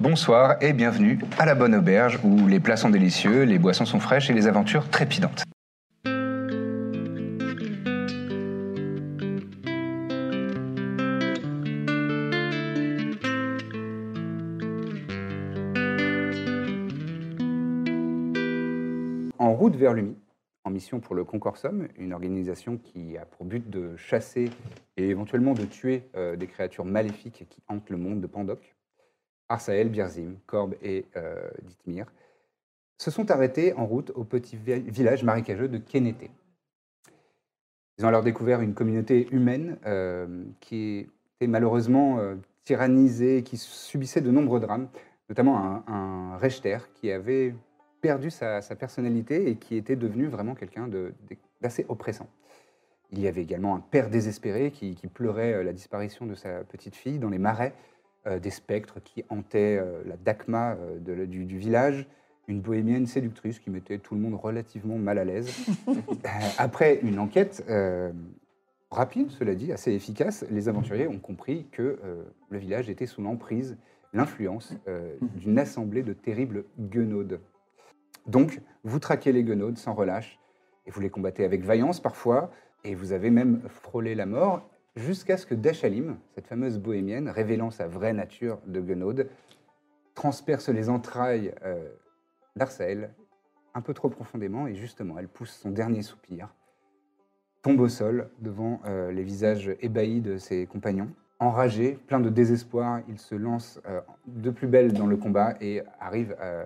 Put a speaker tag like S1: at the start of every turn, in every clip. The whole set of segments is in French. S1: Bonsoir et bienvenue à la Bonne Auberge où les plats sont délicieux, les boissons sont fraîches et les aventures trépidantes.
S2: En route vers l'UMI, en mission pour le Concorsum, une organisation qui a pour but de chasser et éventuellement de tuer euh, des créatures maléfiques qui hantent le monde de Pandoc, Arsael, Birzim, Korb et euh, Dithmir se sont arrêtés en route au petit vi- village marécageux de Kenété. Ils ont alors découvert une communauté humaine euh, qui était malheureusement euh, tyrannisée, qui subissait de nombreux drames, notamment un, un Rechter qui avait perdu sa, sa personnalité et qui était devenu vraiment quelqu'un de- de- d'assez oppressant. Il y avait également un père désespéré qui, qui pleurait euh, la disparition de sa petite fille dans les marais, euh, des spectres qui hantaient euh, la dakma euh, de- du, du village, une bohémienne séductrice qui mettait tout le monde relativement mal à l'aise. Euh, Après une enquête euh, rapide, cela dit, assez efficace, les aventuriers ont compris que euh, le village était sous l'emprise, l'influence euh, d'une assemblée de terribles guenaudes. Donc, vous traquez les guenaudes sans relâche, et vous les combattez avec vaillance parfois, et vous avez même frôlé la mort, jusqu'à ce que Dachalim, cette fameuse bohémienne, révélant sa vraie nature de guenaude, transperce les entrailles euh, d'Arsael un peu trop profondément, et justement, elle pousse son dernier soupir, tombe au sol devant euh, les visages ébahis de ses compagnons. Enragé, plein de désespoir, il se lance euh, de plus belle dans le combat et arrive euh,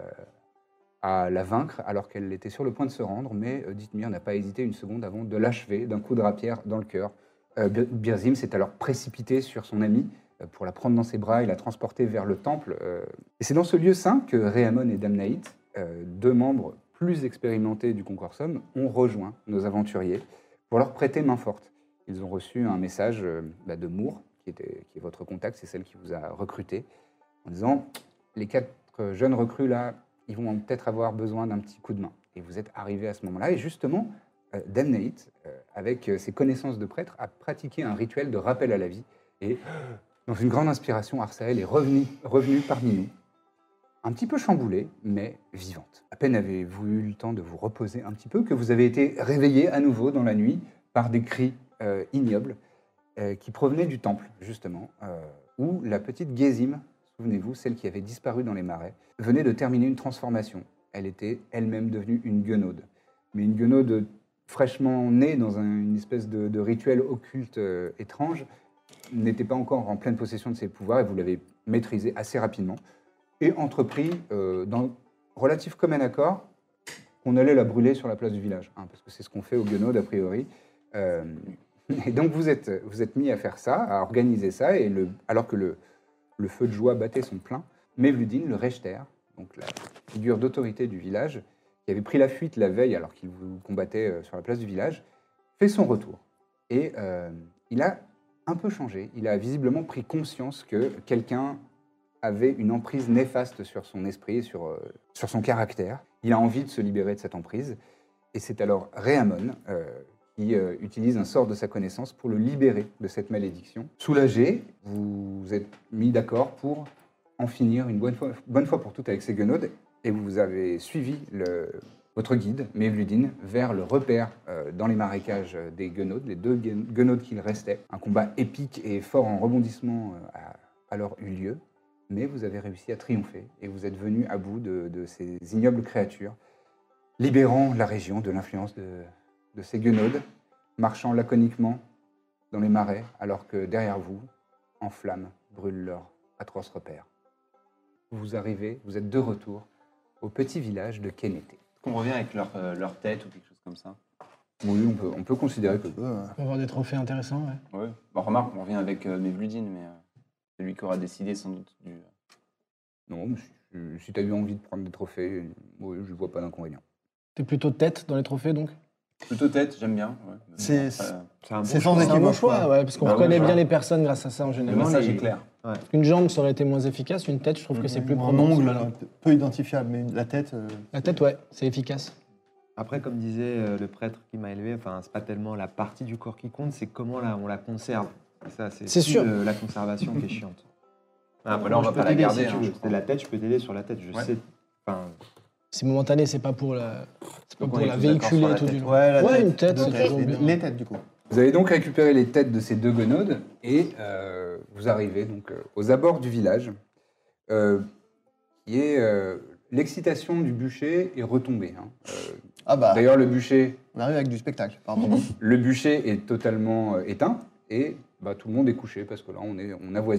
S2: à la vaincre alors qu'elle était sur le point de se rendre, mais euh, Dithmir n'a pas hésité une seconde avant de l'achever d'un coup de rapière dans le cœur. Euh, Bir- Birzim s'est alors précipité sur son ami euh, pour la prendre dans ses bras et la transporter vers le temple. euh. Et c'est dans ce lieu saint que Réamon et Damnaït, euh, deux membres plus expérimentés du Concorsum, ont rejoint nos aventuriers pour leur prêter main forte. Ils ont reçu un message euh, bah, de Moore, qui, était, qui est votre contact, c'est celle qui vous a recruté, en disant les quatre euh, jeunes recrues là, ils vont peut-être avoir besoin d'un petit coup de main. Et vous êtes arrivé à ce moment-là. Et justement, euh, Damnate, euh, avec euh, ses connaissances de prêtre, a pratiqué un rituel de rappel à la vie. Et dans une grande inspiration, Arsael est revenu, revenu parmi nous, un petit peu chamboulée, mais vivante. À peine avez-vous eu le temps de vous reposer un petit peu que vous avez été réveillé à nouveau dans la nuit par des cris euh, ignobles euh, qui provenaient du temple, justement, euh, où la petite Gézim, souvenez-vous, celle qui avait disparu dans les marais, venait de terminer une transformation. Elle était elle-même devenue une guenaude. Mais une guenaude fraîchement née dans un- une espèce de, de rituel occulte euh, étrange, n'était pas encore en pleine possession de ses pouvoirs et vous l'avez maîtrisée assez rapidement. Et entrepris euh, dans relatif commun accord qu'on allait la brûler sur la place du village, hein, parce que c'est ce qu'on fait aux guenaudes a priori. Euh, et donc vous êtes, vous êtes mis à faire ça, à organiser ça, et le, alors que le, le feu de joie battait son plein, Mevludin, le Rechter, donc la figure d'autorité du village, qui avait pris la fuite la veille alors qu'il vous combattait euh, sur la place du village, fait son retour. Et euh, il a un peu changé. Il a visiblement pris conscience que quelqu'un avait une emprise néfaste sur son esprit, et sur, euh, sur son caractère. Il a envie de se libérer de cette emprise. Et c'est alors Réamon euh, qui euh, utilise un sort de sa connaissance pour le libérer de cette malédiction. Soulagé, vous êtes mis d'accord pour en finir une bonne fois, bonne fois pour toutes avec ces guenaudes. Et vous avez suivi le- votre guide, Mevludin, vers le repère euh, dans les marécages euh, des guenaudes, les deux gué- guenaudes qu'il restait. Un combat épique et fort en rebondissement euh, a alors eu lieu mais vous avez réussi à triompher et vous êtes venu à bout de, de ces ignobles créatures, libérant la région de l'influence de, de ces guenaudes, marchant laconiquement dans les marais, alors que derrière vous, en flammes, brûlent leurs atroces repères. Vous arrivez, vous êtes de retour au petit village de Kenété.
S3: Qu'on revient avec leur, euh, leur tête ou quelque chose comme ça.
S2: Oui, on peut, on peut considérer que... euh,
S4: Pour avoir des trophées intéressants, ouais.
S3: Ouais. Bon, remarque, on revient avec euh, Mevludin, mais euh, c'est lui qui aura décidé sans doute du. euh,
S2: Non, mais si, si tu as eu envie de prendre des trophées, euh, oui, je vois pas d'inconvénient.
S4: T'es plutôt tête dans les trophées, donc
S3: Plutôt tête, j'aime bien. ouais.
S5: C'est-
S3: Après, euh,
S5: C'est
S4: C'est
S5: sans
S4: un bon
S5: équivoque.
S4: choix, ouais, parce qu'on
S3: Bah,
S4: reconnaît
S3: bon
S4: bien
S3: choix.
S4: les personnes grâce à ça en
S3: le
S4: général.
S3: message est clair.
S4: Une jambe, ça aurait été moins efficace. Une tête, je trouve que c'est plus
S5: Mmh, Un
S4: probant.
S5: ongle euh, peu identifiable, mais la tête. euh,
S4: La tête, ouais, c'est efficace.
S6: Après, comme disait euh, le prêtre qui m'a élevé, enfin, c'est pas tellement la partie du corps qui compte, c'est comment la- on la conserve. Et ça, c'est
S4: C'est
S6: tout
S4: sûr.
S6: de la conservation qui est chiante. Ah,
S3: Ou
S6: moi,
S3: alors, on
S6: je
S3: va
S6: peux
S3: pas la
S6: t'aider,
S3: garder,
S6: si tu
S3: hein,
S6: veux.
S3: je
S6: C'est
S3: crois.
S6: la tête, je peux t'aider sur la tête. Je
S3: Ouais.
S6: sais. Enfin,
S4: C'est momentané, c'est pas pour la, c'est pas
S3: Donc,
S4: pour
S3: on est
S4: la
S3: tous d'accord sur
S4: véhiculer
S3: la
S4: tout
S3: tête.
S4: du long.
S5: Ouais, la
S4: Ouais,
S5: tête.
S4: une tête,
S5: Deux
S4: c'est
S5: têtes,
S4: toujours
S5: les-
S4: bien.
S5: Les têtes, du coup.
S2: Vous avez donc récupéré les têtes de ces deux gonodes et euh, vous arrivez donc euh, aux abords du village, euh, qui est euh, l'excitation du bûcher est retombée. hein. Euh,
S5: Ah bah,
S2: D'ailleurs, le bûcher,
S5: on arrive avec du spectacle, pardon.
S4: Mhm.
S2: le bûcher est totalement euh, éteint et bah, tout le monde est couché parce que là, on est on avoisine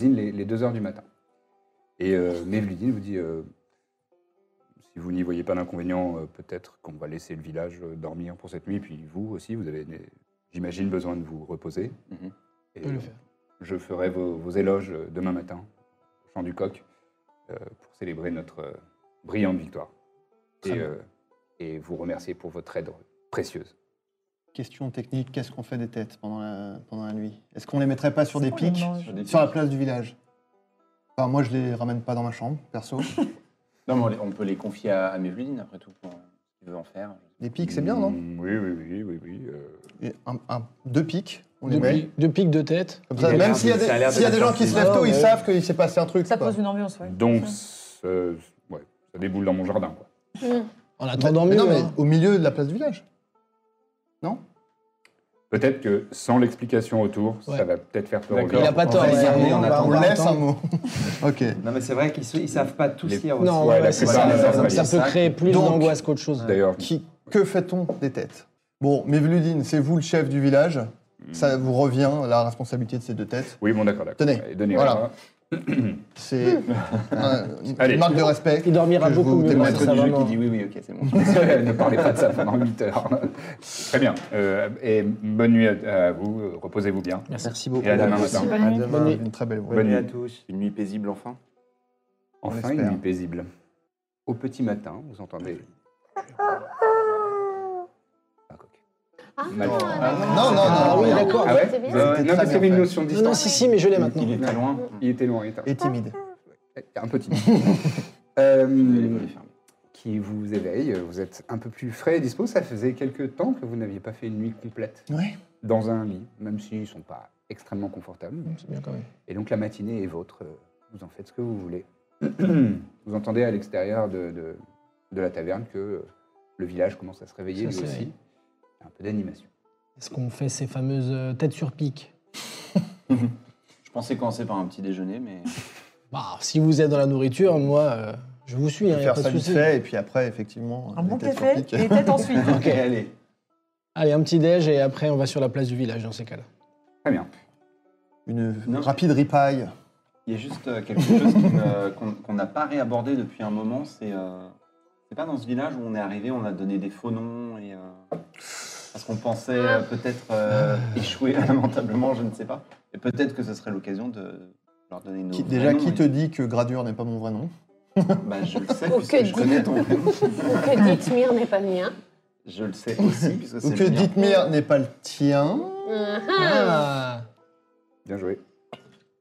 S2: les, les deux heures du matin. Et euh, Mevlidine vous dit euh, si vous n'y voyez pas d'inconvénient, euh, peut-être qu'on va laisser le village euh, dormir pour cette nuit. Puis vous aussi, vous avez, des- j'imagine, besoin de vous reposer.
S3: Mhm.
S2: Et,
S4: On peut le
S2: euh,
S4: faire.
S2: Je ferai vos, vos éloges euh, demain matin au champ du coq euh, pour célébrer notre euh, brillante victoire. Et, euh, et vous remercier pour votre aide précieuse.
S5: Question technique, qu'est-ce qu'on fait des têtes pendant la, pendant la nuit Est-ce qu'on les mettrait pas sur
S7: Est-ce
S5: des
S7: qu'on
S5: pics
S7: les mange
S3: Sur des
S5: Sur la
S3: pics.
S5: place du village Enfin, moi, je les ramène pas dans ma chambre, perso.
S3: Non, mais on les- on, peut les confier à, à Mévludine, après tout, pour euh, ce qu'il veut en faire.
S5: Des pics, c'est bien, non
S2: Mm, Oui, oui, oui, oui. oui euh,
S5: Et un- un- Deux pics, on les
S4: Deux,
S5: met.
S4: pics- deux pics de tête.
S5: Comme
S6: Il a
S5: ça,
S6: l'air
S5: même s'il y a
S6: de- ça a l'air
S5: des,
S6: de
S5: s'il y a
S6: la
S5: des gens qui se lèvent
S4: sortie.
S5: tôt, ils
S4: Ouais.
S5: savent qu'il s'est passé un truc.
S7: Ça
S5: quoi.
S7: pose une ambiance,
S5: Mmh.
S7: ouais.
S2: donc, ce- ouais, ça déboule dans mon jardin. quoi.
S4: En attendant
S5: Mais
S4: mieux.
S5: Non, mais
S4: hein.
S5: au milieu de la place du village.
S2: Peut-être que sans l'explication autour, ça
S4: Ouais.
S2: va peut-être faire peur aux
S5: D'accord.
S2: gens.
S4: Il a pas
S5: on
S4: tort.
S5: va les
S4: ouais,
S5: garder,
S4: ouais,
S5: on,
S6: on
S4: ouais.
S5: va-
S6: attend
S5: on
S6: le
S5: laisse
S6: temps.
S5: un mot. ok.
S6: Non, mais c'est vrai qu'ils se- ils savent pas tous
S2: Les-
S6: lire aussi.
S4: Non,
S2: Ouais,
S4: ouais,
S2: la
S4: c'est
S2: plupart
S4: ça.
S2: des gens,
S4: Ça,
S2: ouais.
S4: ça peut créer plus
S5: Donc-
S4: d'angoisse qu'autre chose.
S2: D'ailleurs,
S5: Qui- que fait-on des têtes Bon, Mevludine, c'est vous le chef du village.
S2: Hmm.
S5: Ça vous revient la responsabilité de ces deux têtes.
S2: oui, bon, d'accord, d'accord.
S5: Tenez,
S2: Allez, donnez-la.
S5: voilà. C'est un-
S2: Allez.
S5: une marque de respect.
S4: Il dormira
S5: que je
S4: beaucoup
S5: vous
S4: mieux,
S3: Le
S4: Ouais,
S5: démontre.
S4: ça,
S3: maître
S4: ça
S3: du
S4: va,
S3: jeu
S4: non.
S3: qui dit oui, oui, ok, c'est bon.
S2: ne parlez pas de ça pendant 8 heures. Très bien. Euh, et bonne nuit à, à vous. euh, Reposez-vous bien.
S6: Merci beaucoup.
S2: Et à demain
S6: Merci.
S2: matin.
S7: Bonne
S5: À
S7: nuit.
S5: demain, une très belle voix.
S6: Bonne nuit
S2: nuit.
S6: à tous.
S3: Une nuit paisible, enfin.
S2: Enfin,
S5: l'espère.
S2: une nuit paisible. Ah, Au petit matin, vous entendez. Un coq. Mal-
S5: Non, non,
S4: Ah
S5: non,
S4: oui,
S5: non.
S4: d'accord.
S2: Ah ouais
S7: C'était bien.
S2: Vous avez-
S5: C'était
S2: Non,
S5: très
S2: parce qu'il y avait
S5: bien
S2: une
S5: fait.
S2: notion de
S4: Non, non,
S2: distance.
S4: si, si, mais je l'ai maintenant.
S3: Il est très loin.
S2: Il était loin, il était
S5: Et
S4: Ah
S5: timide.
S2: Euh, un peu timide.
S3: Il
S2: Euh,
S3: est fermé.
S2: qui vous éveille, euh, vous êtes un peu plus frais et dispo. Ça faisait quelques temps que vous n'aviez pas fait une nuit complète
S5: Ouais.
S2: dans un lit, même s'ils ne sont pas extrêmement confortables.
S4: C'est bien quand même.
S2: Et donc la matinée est votre, euh, vous en faites ce que vous voulez. vous entendez à l'extérieur de, de- de la taverne que euh, le village commence à se réveiller
S4: Ça,
S2: lui
S4: c'est-
S2: aussi. Un peu d'animation.
S4: Est-ce qu'on fait ces fameuses euh, têtes sur pic
S3: Je pensais commencer par un petit déjeuner, mais
S4: Bah, si vous êtes dans la nourriture, moi, euh, je vous suis,
S5: On
S4: il
S5: peut
S4: n'y a
S5: faire
S4: pas
S5: ça
S4: de
S5: vite
S4: souci.
S5: fait, et puis après, effectivement,
S7: Un
S5: les
S7: bon
S5: têtes
S7: café
S5: sur pique.
S7: et tête ensuite.
S3: Ok, allez.
S4: Allez, un petit déj et après, on va sur la place du village dans ces cas-là.
S2: Très bien.
S5: Une
S3: Non.
S5: rapide ripaille.
S3: Il y a juste euh, quelque chose qui me- qu'on qu'on n'a pas réabordé depuis un moment. C'est euh, c'est pas dans ce village où on est arrivé, on a donné des faux noms et euh, parce qu'on pensait euh, peut-être euh, échouer lamentablement, je ne sais pas. Et peut-être que ce serait l'occasion de leur donner nos.
S5: Qui-
S3: vrais
S5: déjà,
S2: Ah
S3: noms,
S5: qui
S3: et-
S5: te dit que Gradure n'est pas mon vrai nom
S3: Bah, je le sais
S7: Oh, que
S3: puisque je connais ton vrai nom.
S8: Ou que Dithmir n'est pas hein le mien.
S3: Je le sais aussi puisque
S5: Ou
S3: c'est
S5: que
S3: le mien.
S5: Dithmir n'est pas le tien
S4: Ah
S2: Bien joué.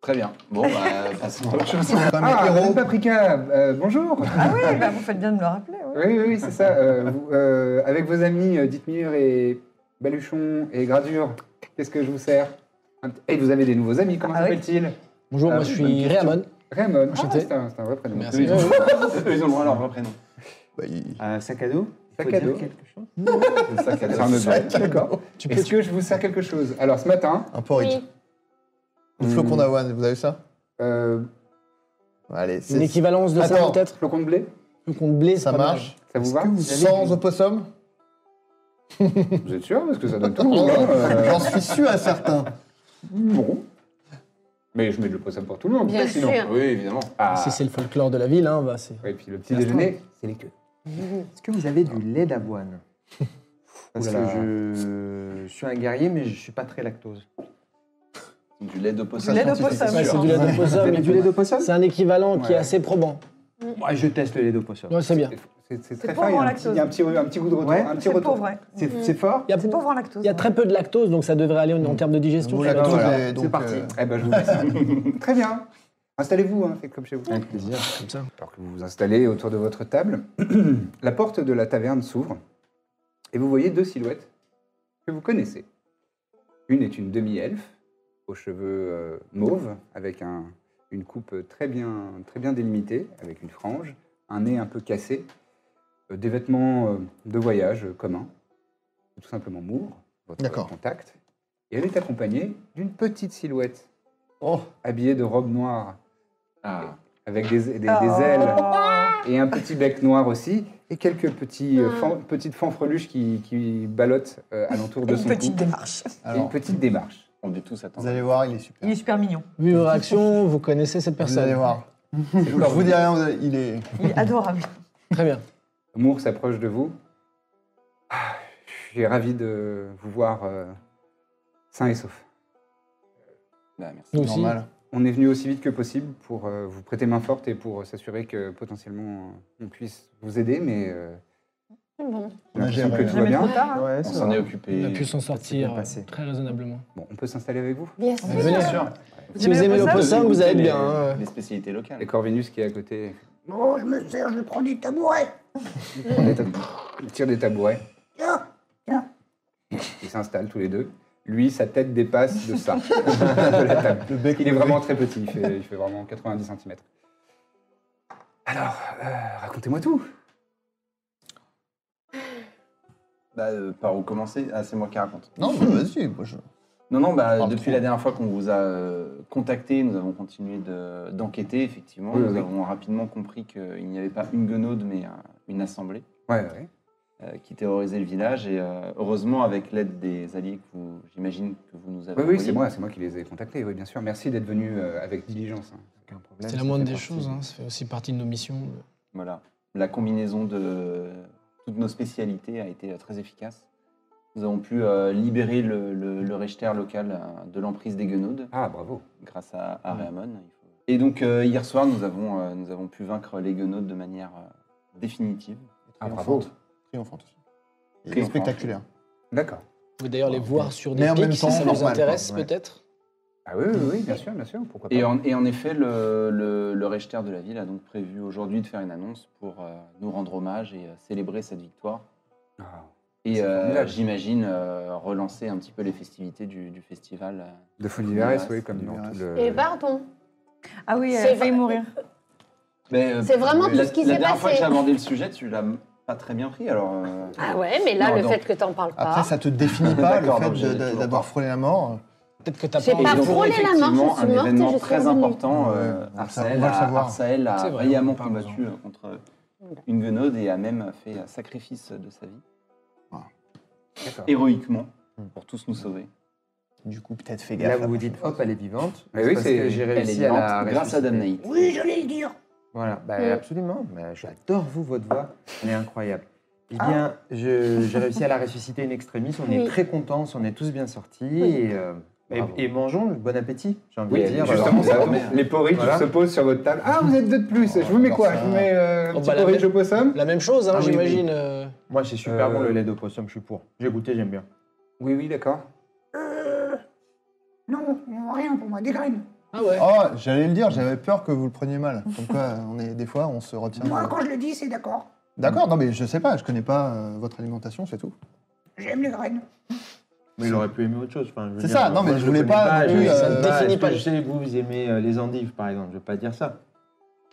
S3: Très bien. Bon, bah, passons à autre chose.
S5: C'est quand même
S2: Ah,
S5: le
S2: Madame
S5: héros.
S2: Paprika, euh, bonjour
S7: Ah oui, bah, vous faites bien de me rappeler. ouais.
S2: Oui, oui, oui, c'est ça. Euh, vous, euh, avec vos amis euh, Dithmir et Baluchon et Gradure, qu'est-ce que je vous sers Un petit- Et vous avez des nouveaux amis, comment
S7: Ah oui.
S2: s'appelle-t-il
S4: Bonjour,
S2: Ah
S4: moi
S2: oui,
S4: je
S2: bonne
S4: suis
S2: question.
S4: Réamon.
S2: Raymond,
S4: Enchanté.
S2: Ah, c'est un, c'est un vrai prénom.
S4: Merci. Ah,
S3: Eux, ils ont eux, ils ont le droit à leur vrai prénom.
S5: Bah, il-
S6: Euh, sac à dos Il faut
S2: Sac à
S6: dire
S2: dos.
S6: quelque chose
S2: C'est ça, c'est un objet. Ah, D'accord.
S4: Tu peux
S2: Est-ce que je vous sers quelque chose Alors ce matin,
S5: Un porridge.
S8: Oui.
S5: Un
S2: Hmm.
S5: flocon d'avoine, vous avez ça
S2: euh,
S5: Allez, c'est
S4: une équivalence de ça
S5: Attends.
S4: peut-être
S2: flocon de blé,
S4: Le compte blé, c'est
S5: ça
S4: pas mal.
S5: marche.
S2: ça vous va
S5: Sans opossum
S2: Vous êtes sûr Parce que ça donne tout. hein, euh,
S5: J'en suis sûr à certains.
S2: bon. Mais je mets de l'opossum pour tout le monde.
S8: Bien
S2: sinon.
S8: sûr.
S3: Oui, évidemment.
S2: Ah.
S4: Si c'est le folklore de la ville, hein, bah, c'est.
S2: Et puis le petit déjeuner,
S6: C'est les queues. Est-ce que vous avez du lait d'avoine Parce
S2: Ouh là là.
S6: que je... je suis un guerrier, mais je suis pas très lactose.
S3: Du lait de poisson.
S7: Du lait de
S3: scientifique,
S5: Ah,
S7: poisson.
S3: c'est
S4: Ouais,
S3: sûr.
S4: c'est du lait de
S6: Vous
S4: possum.
S6: avez du lait d'opossum
S4: C'est un équivalent qui
S2: Ouais.
S4: est assez probant.
S6: Ouais, je teste le lait d'opossum.
S4: Ouais, c'est bien.
S2: C'est c'est
S7: C'est
S2: très
S7: pauvre
S2: fort. Il y a
S7: en
S2: un petit-
S7: lactose.
S2: il y a un petit, un petit goût de retour.
S6: Ouais.
S2: Un petit
S7: C'est
S2: retour.
S7: pauvre, ouais.
S6: C'est c'est fort
S4: Il y a,
S7: C'est pauvre en lactose.
S4: il y a très peu de lactose, donc ça devrait aller en, en termes de digestion.
S5: Vous
S4: tu vas
S5: lactose,
S4: trouver.
S5: et donc,
S6: C'est parti.
S5: euh,
S2: Eh ben, je vous laisse ça. Très bien. Installez-vous, hein, faites comme chez vous.
S6: Avec plaisir.
S5: comme ça.
S2: Alors que vous vous installez autour de votre table, la porte de la taverne s'ouvre et vous voyez deux silhouettes que vous connaissez. Une est une demi-elfe aux cheveux euh, mauves avec un- une coupe très bien, très bien délimitée, avec une frange, un nez un peu cassé, euh, des vêtements euh, de voyage euh, communs, tout simplement Moore, votre
S5: D'accord.
S2: contact. Et elle est accompagnée d'une petite silhouette
S5: Oh,
S2: habillée de robe noire
S3: Ah.
S2: avec des, des- des
S7: Oh.
S2: ailes et un petit bec noir aussi, et quelques petits, euh, fan- petites fanfreluches qui, qui ballottent euh, alentour de
S7: Une
S2: son
S7: petite
S2: cou.
S7: démarche.
S2: Et une
S5: alors,
S2: petite démarche.
S3: On dit tous
S5: vous
S3: attendre.
S5: allez voir, il est super.
S7: Il est super mignon.
S4: Vu vos réactions, vous connaissez cette
S5: Vous
S4: personne.
S5: allez voir.
S2: C'est
S5: Je
S2: corps-
S5: vous dis rien, vous allez- il est.
S7: Il est adorable.
S4: Très bien.
S2: Moore s'approche de vous. Ah, Je suis ravi de vous voir euh, sain et sauf.
S3: Ah, merci.
S4: Nous aussi.
S5: Normal.
S2: On est venu aussi vite que possible pour euh, vous prêter main forte et pour s'assurer que potentiellement on puisse vous aider, mais euh,
S8: Bon.
S2: j'ai l'impression
S5: géré.
S2: que tout va
S7: Jamais
S2: bien.
S7: trop tard. hein.
S6: Ouais,
S3: On
S6: ça
S3: s'en
S6: va.
S3: est
S4: On
S3: occupé.
S4: a pu s'en
S6: bien
S4: sortir euh,
S6: passé.
S4: très raisonnablement.
S2: Bon, on peut s'installer avec vous.
S8: Bien
S7: Bien
S8: sûr.
S4: Ah, Venez.
S3: sûr.
S4: Si vous aimez
S7: le
S3: On peut
S4: l'opossum, vous
S3: goûter
S4: allez
S3: les-
S4: bien. hein.
S3: Les spécialités locales.
S2: Et Corvinus qui est à côté.
S9: Bon, Oh, je me sers, je prends des tabourets.
S2: Des tab- Il tire des tabourets. Ils s'installent tous les deux. Lui, sa tête dépasse de ça, de la table.
S5: Le bec
S2: Il est vraiment très petit, il fait, il fait vraiment 90 cm. Alors, euh, racontez-moi tout.
S3: Bah, euh, par où commencer Ah, c'est moi qui raconte.
S5: Non, mais vas-y. moi, je-
S3: Non, non, bah,
S5: Parle
S3: depuis
S5: trop.
S3: la dernière fois qu'on vous a euh, contacté, nous avons continué de- d'enquêter, effectivement.
S2: Oui,
S3: nous
S2: oui.
S3: avons rapidement compris qu'il n'y avait pas une guenaude, mais euh, une assemblée
S2: Ouais, ouais.
S3: euh, qui terrorisait le village. Et euh, heureusement, avec l'aide des alliés que vous, j'imagine que vous nous avez
S2: Oui, oui,
S3: envoyés.
S2: c'est moi, c'est moi qui les ai contactés. Oui, bien sûr. Merci d'être venu euh, avec diligence. hein.
S6: Aucun problème,
S4: C'est la
S6: ça
S4: moindre
S6: fait
S4: des
S6: partie.
S4: choses. hein. Ça fait aussi partie de nos missions.
S3: Voilà. La combinaison de toutes nos spécialités a été euh, très efficace. Nous avons pu euh, libérer le, le, le Rechter local euh, de l'emprise des guenaudes.
S2: Ah, bravo.
S3: grâce à, à Raymond. Il faut- Et donc euh, hier soir, nous avons, euh, nous avons pu vaincre les Guenaudes de manière euh, définitive.
S2: Ah, bravo.
S5: Triomphante aussi. Il est
S3: Triomphante.
S5: spectaculaire.
S2: D'accord.
S4: Vous pouvez d'ailleurs les voir sur des
S5: Mais en même
S4: pics si
S5: temps,
S4: ça vous
S5: normal,
S4: intéresse
S6: quoi, ouais.
S4: peut-être.
S2: Ah oui, oui, oui, bien sûr, bien sûr. Pourquoi pas.
S3: Et en, et en effet, le, le, le Rechter de la ville a donc prévu aujourd'hui de faire une annonce pour euh, nous rendre hommage et euh, célébrer cette victoire.
S2: Ah,
S3: Et
S2: C'est
S3: euh,
S2: formidable.
S3: j'imagine euh, relancer un petit peu les festivités du, du festival. euh.
S2: de Foliverès, oui,
S3: Foliverès,
S2: comme dans tout le.
S8: Euh, Et pardon.
S7: Ah oui,
S8: C'est
S7: elle a failli
S8: vrai.
S7: mourir.
S3: Mais, euh,
S8: C'est vraiment tout
S3: la-
S8: ce qui
S3: La
S8: s'est
S3: dernière fois que
S8: passé.
S3: j'ai abordé le sujet, tu l'as pas très bien pris. Alors, euh,
S8: Ah ouais, mais là,
S3: Non,
S8: le
S3: donc,
S8: fait que t'en parles pas.
S5: Après, ça te définit pas le
S3: D'accord,
S5: fait
S3: donc j'ai
S5: de-
S3: toujours
S5: d'avoir
S3: pas.
S5: frôlé la mort.
S4: Peut-être que t'as
S8: J'ai pas
S4: pas.
S3: Et donc,
S4: envie.
S8: frôlé Bah, la mort, je
S3: effectivement,
S8: suis morte
S3: un
S8: et
S3: événement
S8: je suis
S3: très
S8: revenue.
S3: important.
S5: Ouais,
S3: euh,
S5: on le
S3: Arsael,
S5: saura, on va le
S3: a,
S5: savoir.
S3: Arsael a
S4: C'est vrai,
S3: brillamment
S4: on parle
S3: combattu euh, contre une guenaude et a même fait un sacrifice de sa vie,
S2: D'accord.
S3: héroïquement, pour tous nous sauver.
S5: Du coup, peut-être fais
S6: Là, vous vous dites, hop, elle est vivante.
S2: Mais oui,
S6: parce
S2: c'est-
S6: que j'ai
S3: Elle est
S6: réussi à
S3: vivante
S6: la
S3: grâce à
S6: ressusciter.
S3: Damnaï.
S9: Oui, j'allais le dire.
S6: Voilà, bah,
S8: Mm.
S6: absolument. Mais J'adore vous, votre voix. Elle est incroyable. Eh bien, je- j'ai réussi à la ressusciter une extrémiste. On est
S8: Ah. Oui.
S6: très contents, on est tous bien sortis. Et, euh, et-
S2: Bravo.
S6: et mangeons, bon appétit, j'ai envie
S2: Oui,
S6: de dire.
S2: justement,
S6: Alors,
S2: ça
S6: euh,
S2: tombe. Les porridges
S6: Voilà.
S2: se posent sur votre table. Ah, vous êtes deux de plus. je vous mets quoi Je vous mets euh, un
S4: Oh,
S2: petit
S4: bah, la
S2: porridge
S4: bête.
S2: au possum
S4: La même chose, hein,
S6: Ah oui, oui.
S4: j'imagine. euh,
S6: Moi, c'est super
S2: Euh,
S6: bon le lait de poisson, je suis pour. J'ai goûté, j'aime bien.
S2: Oui, oui, d'accord.
S9: Euh. Non, non, rien pour moi, des graines.
S4: Ah ouais.
S5: Oh, j'allais le dire, j'avais peur que vous le preniez mal. Comme quoi, on est, des fois, on se retient.
S9: Moi, quand je le dis, c'est d'accord.
S5: D'accord, non, mais je sais pas, je connais pas euh, votre alimentation, c'est tout.
S9: J'aime les graines.
S6: Mais il aurait pu aimer autre chose. enfin, je veux
S5: C'est
S6: dire,
S5: ça, non,
S6: moi,
S5: mais je
S6: le
S5: voulais
S6: connais
S5: pas non
S6: je
S5: plus,
S6: le
S5: euh,
S6: sais
S4: définis
S6: est-ce
S4: pas
S6: que
S4: le-
S6: Je sais, vous, vous aimez euh, les endives, par exemple. Je ne veux pas dire ça.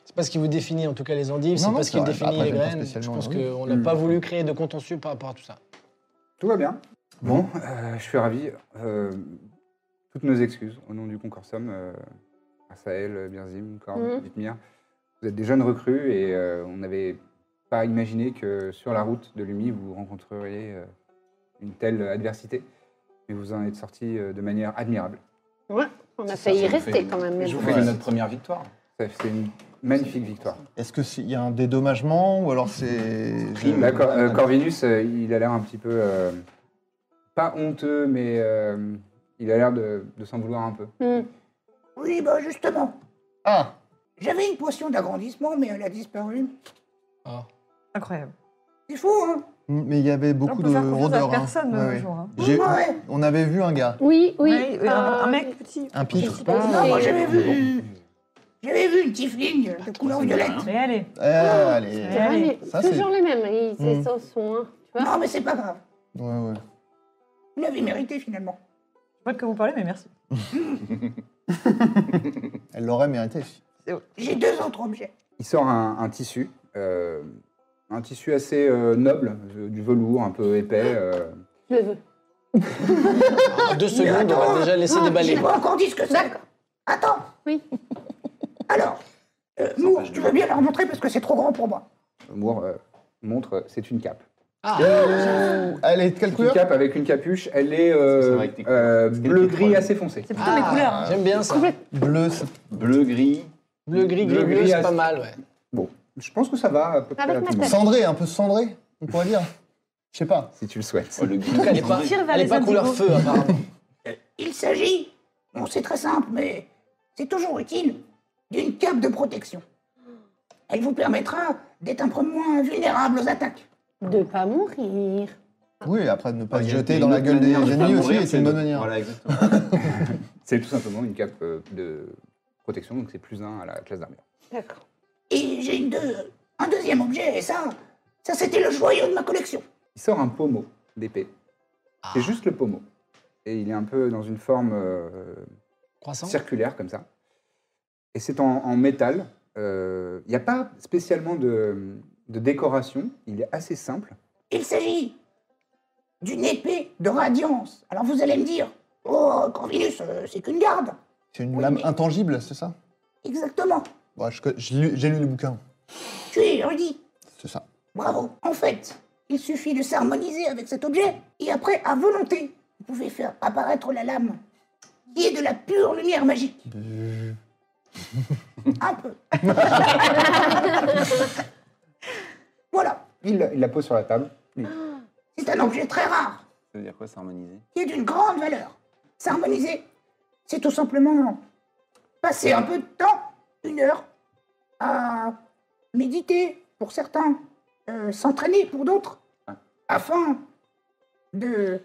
S4: C'est pas ce qui vous définit en tout cas les endives,
S5: Non,
S4: c'est
S5: non,
S4: pas
S5: c'est
S4: ce qui
S5: vrai.
S4: définit
S5: Après,
S4: les
S5: j'aime pas
S4: graines. Je
S5: spécialement,
S4: pense
S5: oui. Hmm.
S4: qu'on n'a pas voulu créer de contentieux par rapport à tout ça.
S2: Tout va bien. Bon, euh, je suis ravi. Euh, toutes nos excuses au nom du Concorsum, euh, Asael, Birzim, Korn,
S8: Mhm.
S2: Vitmir. Vous êtes des jeunes recrues et euh, on n'avait pas imaginé que sur la route de l'UMI, vous rencontreriez euh, une telle adversité. Mais vous en êtes sortis euh, de manière admirable.
S8: On a failli
S3: Ça nous
S8: rester
S3: fait-
S8: quand même.
S2: Je vous
S3: C'était
S2: félicite.
S3: notre première victoire.
S2: Ça, C'est une Magnifique victoire.
S5: Est-ce qu'il y a un dédommagement ou alors c'est.
S2: Prime. Là, Cor- euh, Corvinus, euh, il a l'air un petit peu. euh, pas honteux, mais euh, il a l'air de, de s'en vouloir un peu.
S8: Mm.
S9: Oui, bah justement.
S5: Ah
S9: J'avais une potion d'agrandissement, mais elle a disparu.
S7: Incroyable.
S9: C'est fou, hein
S5: Mm, Mais il y avait beaucoup
S7: peut
S5: de
S7: faire confiance à
S5: rôdeurs. hein.
S7: personne, euh, le jour, hein.
S5: J'ai-
S9: Ouais.
S5: On avait vu un gars,
S8: Oui, oui.
S7: Ouais,
S8: euh,
S7: un, un mec petit.
S5: un pitre.
S9: Non, moi
S8: Et-
S9: j'avais vu. J'avais vu une tiefling de couleur violette.
S7: Mais allez.
S5: Eh, allez.
S8: C'est vrai, Ah, mais
S5: Ça, c'est-
S8: toujours les mêmes. Ils
S5: Mm.
S8: ils sont- sont. hein, tu vois
S9: Non, mais c'est pas grave.
S5: Ouais, ouais.
S9: Vous l'avez mérité finalement.
S7: Je sais pas de quoi vous parlez, mais merci.
S5: Elle l'aurait mérité.
S9: J'ai deux autres objets.
S2: Il sort un, un tissu, euh, un tissu assez euh, noble, euh, du velours un peu épais. euh.
S8: Je le veux.
S4: En deux secondes, on va déjà laisser
S9: J'ai
S4: déballer.
S9: pas encore dit ce que c'est. Attends.
S8: Oui.
S9: Alors, euh, Moore, tu veux bien leur montrer parce que c'est trop grand pour moi.
S2: Moore euh, montre, euh, c'est une cape.
S5: Ouh, Elle est de quelle
S2: C'est une
S5: couleur
S2: cape avec une capuche, elle est euh,
S3: C'est vrai que t'es-
S2: euh,
S3: c'est
S2: bleu-gris
S3: le
S2: assez foncé.
S7: C'est
S9: Ah.
S7: plutôt mes couleurs. hein.
S4: J'aime bien ça.
S5: Bleu, c'est-
S3: Bleu, gris.
S4: Bleu, gris,
S2: Bleu,
S4: gris, bleu,
S2: gris,
S4: c'est
S2: as-
S4: pas mal, ouais.
S2: Ah, Bon, je pense que ça va à peu près
S8: Avec
S2: à tout
S8: ma
S2: le monde,
S8: tête.
S5: cendré, un peu cendré, on pourrait dire. Je sais pas.
S2: si tu le souhaites.
S3: Oh, le gris.
S4: En tout cas, elle est pas,
S7: Tire vers
S4: elle est
S7: les
S4: pas couleur
S7: indigos.
S4: feu, apparemment.
S9: Il s'agit, bon c'est très simple, mais c'est toujours utile, d'une cape de protection. Elle vous permettra d'être un peu moins vulnérable aux attaques.
S8: De pas mourir.
S5: Oui, après de ne pas
S3: Ah, Il
S5: se
S3: y a
S5: jeter
S3: une
S5: dans la
S3: autre
S5: gueule des
S3: manière de pas
S5: ennemis aussi,
S3: mourir,
S5: et c'est une bonne
S3: de-
S5: manière.
S3: Voilà, exactement.
S2: C'est tout simplement une cape euh, de protection, donc c'est plus un à la classe d'armure.
S8: D'accord.
S9: Et j'ai une deux- un deuxième objet, et ça, ça c'était le joyau de ma collection.
S2: Il sort un pommeau d'épée.
S3: Ah.
S2: C'est juste le pommeau. Et il est un peu dans une forme euh,
S4: Croissant
S2: circulaire comme ça. Et c'est en, en métal. Euh, Il n'y a pas spécialement de, de décoration. Il est assez simple.
S9: Il s'agit d'une épée de radiance. Alors vous allez me dire, oh, Corvinus, euh, c'est qu'une garde.
S5: C'est une lame intangible, c'est ça
S9: Exactement,
S5: Bon, je co- je lu- J'ai lu le bouquin,
S9: tu es érudit.
S5: c'est ça.
S9: Bravo. En fait, il suffit de s'harmoniser avec cet objet, et après, à volonté, vous pouvez faire apparaître la lame, qui est de la pure lumière magique. Un peu. voilà,
S2: Il, la- il la pose sur la table.
S9: c'est un objet très rare,
S3: Ça veut dire quoi, s'harmoniser
S9: qui est d'une grande valeur. S'harmoniser, c'est tout simplement passer un peu de temps, une heure, à méditer pour certains, euh, s'entraîner pour d'autres, afin de,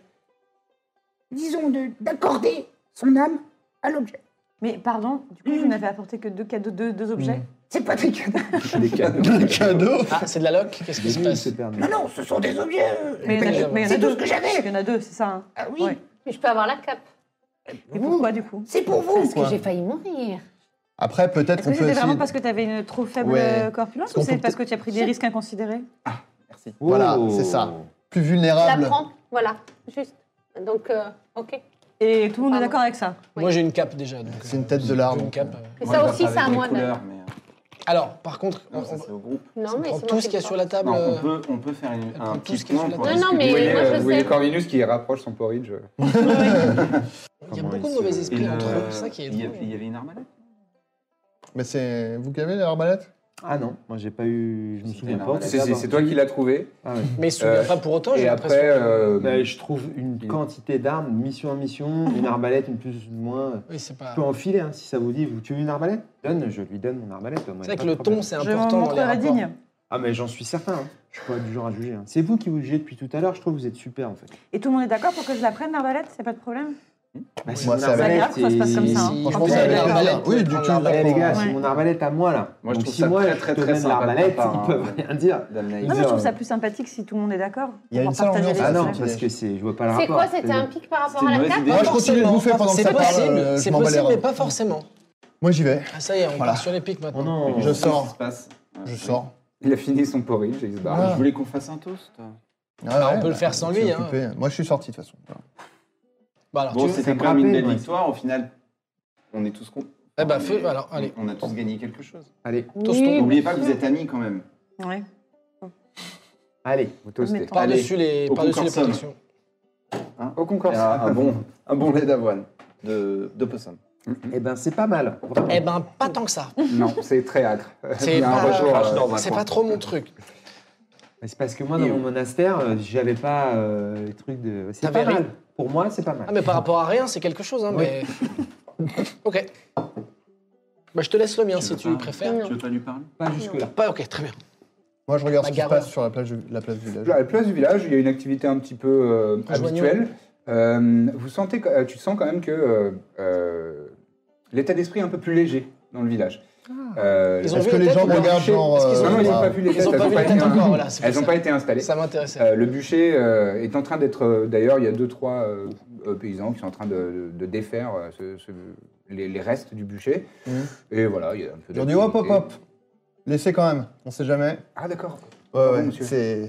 S9: disons, de- d'accorder son âme à l'objet.
S7: Mais pardon, du coup, vous n'avez apporté que deux cadeaux, deux, deux objets.
S9: C'est pas des cadeaux.
S2: Des cadeaux.
S5: Cadeau
S4: Ah, c'est de la loc Qu'est-ce qui se passe
S9: Non, non, ce sont des objets. euh,
S7: Mais il y en a-
S9: payés.
S7: mais il y en a
S9: c'est tout
S7: deux.
S9: ce que
S7: Il y
S9: j'avais.
S7: en a deux, c'est ça. hein.
S9: Ah oui,
S7: Ouais.
S8: Mais je peux avoir la cape.
S7: Et pourquoi du coup
S9: c'est pour vous.
S8: Parce que j'ai failli mourir.
S5: Après,
S7: Est-ce
S5: peut-être qu'on
S7: que
S5: peut
S7: c'était vraiment
S5: essayer.
S7: parce que tu avais une trop faible
S5: Ouais.
S7: euh, corpulence
S5: Est-ce
S7: ou
S5: qu'on
S7: c'est
S5: peut
S7: parce que tu as pris des risques inconsidérés
S3: Merci.
S5: Voilà,
S3: Oh.
S5: c'est ça. Plus
S8: Je la
S5: vulnérable.
S8: prends. Voilà. Juste. Donc, euh, ok.
S7: Et tout le monde est
S8: Pardon.
S7: d'accord avec ça
S8: Oui.
S4: Moi, j'ai une cape déjà. donc,
S5: C'est
S4: euh,
S5: une tête de
S4: j'ai
S5: l'arbre.
S4: une cape, euh.
S8: Et
S3: Moi,
S8: ça
S3: je
S8: aussi,
S3: vais
S8: c'est à
S3: regarder
S8: moi
S3: les
S8: de.
S3: couleurs, mais, euh,
S4: Alors, par contre, on,
S3: Non, ça,
S4: on
S3: c'est au groupe.
S8: Non, mais
S4: prend
S8: c'est
S4: tout
S8: moi
S4: ce
S8: qui
S4: qu'il y a
S8: le
S4: sur
S8: porte.
S4: la table.
S3: Non, on
S4: euh,
S3: peut, on peut faire une-
S4: prend
S3: un
S4: tout ce
S3: petit
S4: qu'il y a
S3: point
S4: sous la
S3: pour
S8: table. Non, non,
S3: discuter.
S8: mais
S2: Vous voyez,
S8: moi,
S2: euh,
S8: je
S2: vous voyez
S8: sais.
S2: Corvinus qui rapproche son porridge.
S4: Il y a
S6: Comment
S4: beaucoup
S6: il
S4: de mauvais
S6: se-
S4: esprits
S3: Et le-
S4: entre eux, c'est ça qui est
S3: il, y
S4: drôle.
S3: avait, il y avait une arbalète
S5: Mais c'est. Vous qui avez l'arbalète
S6: Ah non, moi j'ai pas eu. Je me
S3: C'était
S6: souviens
S3: la
S6: pas.
S3: malade.
S2: C'est c'est- c'est toi qui l'as trouvé.
S6: Ah ouais.
S4: Mais il se souvient
S2: Euh,
S4: pas pour autant, j'ai
S2: Et
S4: l'impression.
S2: après, euh,
S6: Bah, je trouve une
S2: Il-
S6: quantité d'armes, mission en mission, une arbalète, une plus, une moins. euh,
S4: Oui, c'est pas.
S6: Je peux enfiler hein, si ça vous dit. Vous tuez une arbalète Donne, je lui donne mon arbalète. moi,
S4: C'est
S6: y
S4: vrai
S6: a pas
S4: que
S6: de
S4: le
S6: problème.
S4: ton, c'est
S7: Je m'en
S4: important dans les
S7: montrerai
S4: rapports.
S7: digne.
S6: Ah mais j'en suis certain. hein. Je suis pas du genre à juger. hein. C'est vous qui vous jugez depuis tout à l'heure. Je trouve que vous êtes super en fait.
S7: Et tout le monde est d'accord pour que je la prenne, l'arbalète C'est pas de problème
S6: Bah,
S5: Moi,
S6: mon
S5: ça va.
S6: arbalète,
S7: C'est agréable que ça se passe comme
S6: et-
S7: ça, hein.
S4: Si,
S7: Franchement,
S4: je pense
S7: ça
S4: que
S7: a l'air
S4: l'arbalète,
S5: bien.
S4: tu peux
S5: Oui, du
S4: prendre
S5: tout,
S4: l'arbalète.
S6: Eh, les gars, c'est
S7: Ouais.
S6: mon arbalète à moi là.
S3: Moi, je
S6: Donc
S3: trouve
S6: si
S3: ça
S6: moi
S3: très,
S6: je
S3: très,
S6: te
S3: très
S6: donne
S3: sympa de
S6: l'arbalète,
S3: ta part,
S6: ils peuvent
S3: hein.
S6: rien dire.
S3: d'Amnaïs
S7: Non, mais je trouve
S6: euh,
S7: ça plus sympathique si tout le monde est d'accord.
S5: Il y a
S7: On va
S5: une sale
S7: partager
S5: ambiance,
S7: les
S6: Ah non,
S7: objets.
S6: parce que c'est, je vois pas le
S8: C'est
S6: rapport.
S8: quoi C'était un pic par rapport à
S3: une
S8: la
S3: mauvaise
S8: cape
S3: idée.
S5: Moi, je continue de
S4: Forcément.
S5: bouffer pendant que
S4: C'est
S5: ça parle. euh,
S4: possible,
S5: je
S4: c'est
S5: m'en bats les
S4: possible, mais
S5: reins.
S4: pas forcément.
S5: Moi, j'y vais.
S4: Ah, ça y est, on
S5: Voilà.
S4: part sur les pics maintenant.
S6: Oh non.
S5: Je
S3: Qu'est-ce qui
S5: sors.
S3: se passe Ouais,
S5: Je
S3: ouais.
S5: sors.
S2: il a fini son porridge et il se barre.
S5: Ah.
S3: Je voulais qu'on fasse un toast.
S5: Ah
S4: Bah, on
S5: ouais,
S4: peut le faire sans
S5: je suis
S4: lui, hein.
S5: occupé. Moi, je suis sorti de toute façon.
S4: Bon, Bah, alors,
S3: Bon,
S4: tu...
S3: c'était
S6: c'est
S3: quand même une
S6: grappé,
S3: belle
S6: ouais.
S3: victoire. Au final, on est tous con.
S4: Eh ben,
S3: on est-
S4: fais- alors, allez.
S3: On a tous gagné quelque chose.
S6: Allez,
S4: Tostons.
S8: Oui,
S3: N'oubliez pas que vous êtes amis quand même.
S7: Ouais.
S6: allez.
S2: Vous toastez.
S7: Mettons.
S4: par-dessus les,
S3: au
S4: par les
S3: Concorsum.
S4: protections.
S2: Au concours.
S3: Ah. Et Un, un bon, un bon lait d'avoine de, de possum.
S6: Eh ben, c'est pas mal. vraiment.
S4: Eh ben, pas tant que ça.
S2: Non, c'est très acre.
S4: C'est
S2: Il
S3: ben,
S2: y a un
S4: pas-
S2: retour, euh,
S4: c'est pas trop mon truc.
S6: Mais C'est parce que moi, dans mon monastère, euh, j'avais pas euh, les trucs de. C'est
S4: T'avais
S6: pas
S4: ri-
S6: mal. Pour moi, c'est pas mal.
S4: Ah, mais par rapport à rien, c'est quelque chose, hein,
S6: Oui.
S4: mais. ok. Bah, je te laisse le mien si tu
S8: Mm.
S4: préfères.
S3: Tu veux pas lui parler
S6: Pas
S2: Ah,
S6: jusque-là.
S7: Ah.
S4: Pas, ok, très bien.
S5: Moi, je regarde ce qui se
S4: Bagarreur.
S5: passe sur la plage, du- la place du village.
S2: À la place du village, il y a une activité un petit peu euh,
S4: Joignons.
S2: habituelle. Euh, vous sentez, que- euh, tu sens quand même que euh, euh, l'état d'esprit est un peu plus léger dans le village. Euh,
S4: Ah. Ils ont
S5: Est-ce
S4: vu
S5: que
S4: la
S5: les
S4: tête
S5: gens
S4: ou pas
S5: regardent, genre.
S4: Est-ce qu'ils
S5: euh,
S2: non, non, ils n'ont
S5: ah,
S2: pas vu les
S4: Ils
S2: têtes.
S4: ont
S2: elles
S4: pas
S2: ont
S4: vu les
S2: été-
S4: têtes encore, voilà, c'est pour
S2: Elles n'ont
S4: ça.
S2: pas été installées.
S4: Ça m'intéressait.
S2: Euh, le bûcher euh, est en train d'être. euh, D'ailleurs, il y a deux, trois euh, euh, paysans qui sont en train de, de défaire euh, ce- ce- les, les restes du bûcher.
S4: Mmh.
S5: Mhm.
S2: Et voilà, il y a un peu
S5: Ils ont dit hop, hop,
S2: d'activité.
S5: hop. Laissez quand même, on sait jamais.
S2: Ah, d'accord.
S5: Ouais,
S2: Pardon,
S5: ouais,
S2: monsieur.
S5: c'est.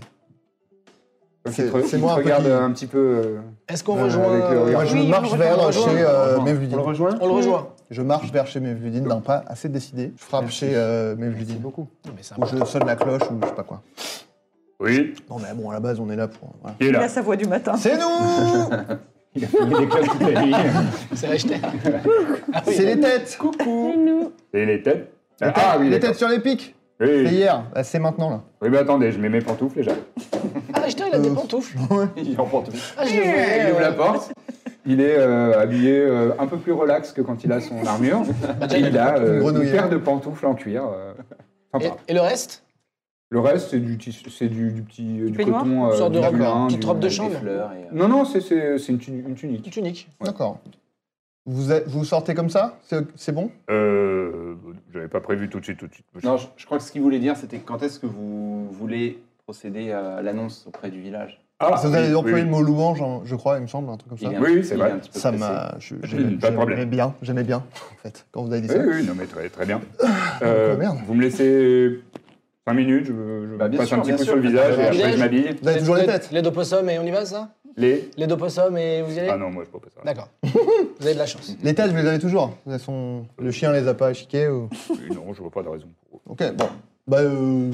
S2: Donc,
S5: C'est-
S2: il te-
S5: c'est
S2: il te
S5: moi un peu
S2: regarde
S5: qui-
S2: euh, un petit peu. euh,
S4: Est-ce qu'on
S2: Euh,
S4: rejoint.
S2: avec le
S4: euh,
S5: Moi, je
S7: Oui, on le
S5: marche
S7: rejoint,
S5: vers
S7: on le
S5: chez
S7: rejoint.
S5: euh,
S6: On
S5: Mevludin.
S6: le rejoint
S4: On le rejoint.
S5: Je marche vers chez Mevludine d'un pas assez décidé. Je frappe chez euh, Mevludine. beaucoup.
S4: Non, mais c'est
S5: Ou je sonne la cloche ou je sais pas quoi.
S1: Oui,
S5: Non mais bon, à la base, on est là pour. voilà.
S1: il est
S7: Il
S1: là.
S7: a sa voix du matin.
S5: C'est nous
S1: Il a fumé des clopes toute la nuit.
S4: C'est acheté.
S5: C'est les têtes
S1: Et les têtes
S5: Les têtes,
S1: Ah oui,
S5: les
S1: d'accord.
S5: têtes sur les pics
S1: Oui,
S5: C'est
S1: oui.
S5: hier, Bah, c'est maintenant là.
S1: Oui, mais attendez, je mets mes pantoufles et j'arrive.
S4: Ah, acheté, il a des pantoufles.
S1: Il en prend tout.
S4: Ah, je le voyais,
S2: Il ouvre la
S4: euh,
S2: porte. Il est euh, habillé euh, un peu plus relax que quand il a son armure.
S4: Bah,
S2: Et il a euh, une
S5: Grenouillère.
S2: paire de pantoufles en cuir. euh,
S4: Et,
S2: sympa.
S4: et le reste
S2: Le reste, c'est du, tissu- c'est du, du petit euh, du
S7: peignoir
S2: coton.
S4: Une sorte de
S2: du
S4: robe,
S2: lin,
S4: petite
S2: du-
S4: robe de
S2: des
S4: chambre.
S2: fleurs.
S3: Fleurs et. euh,
S2: Non, non, c'est c'est- c'est une, tunique- une tunique.
S4: Une tunique.
S5: D'accord. Vous, êtes- vous sortez comme ça C'est c'est bon
S1: Euh. J'avais pas prévu tout de suite, tout de suite.
S3: Non, je, je crois que ce qu'il voulait dire, c'était quand est-ce que vous voulez procéder à l'annonce auprès du village
S1: Ah,
S5: Vous avez
S1: oui,
S5: employé
S1: oui.
S5: le mot louange, hein, je crois, il me semble, un truc comme ça.
S3: Il est un-
S1: Oui, c'est
S3: il est
S1: vrai.
S3: un petit peu
S5: Ça
S3: pressé.
S5: m'a. je-
S1: Pas de
S5: J'aimais j'aimais
S1: problème.
S5: bien, j'aimais bien, en fait, quand vous avez dit
S1: Oui,
S5: ça.
S1: oui, non, mais très, très bien. Euh,
S5: Oh, merde.
S1: vous me laissez 5 minutes, je, je
S3: Bah, bien
S1: passe un
S3: sûr,
S1: petit
S3: bien
S1: coup
S3: sûr.
S1: sur le visage et après
S4: Visage.
S1: je m'habille.
S5: Vous avez toujours les
S4: Les-
S5: têtes
S4: Les deux possums et on y va, ça
S1: Les.
S4: Les deux possums et vous y allez
S1: Ah non, moi je peux pas ça.
S4: D'accord. vous avez de la chance.
S5: Les têtes, vous les avez toujours Elles sont- Le chien les a pas échiquées ou...
S1: Oui, Non, je vois pas de raison pour.
S5: Ok, bon. Bah, euh,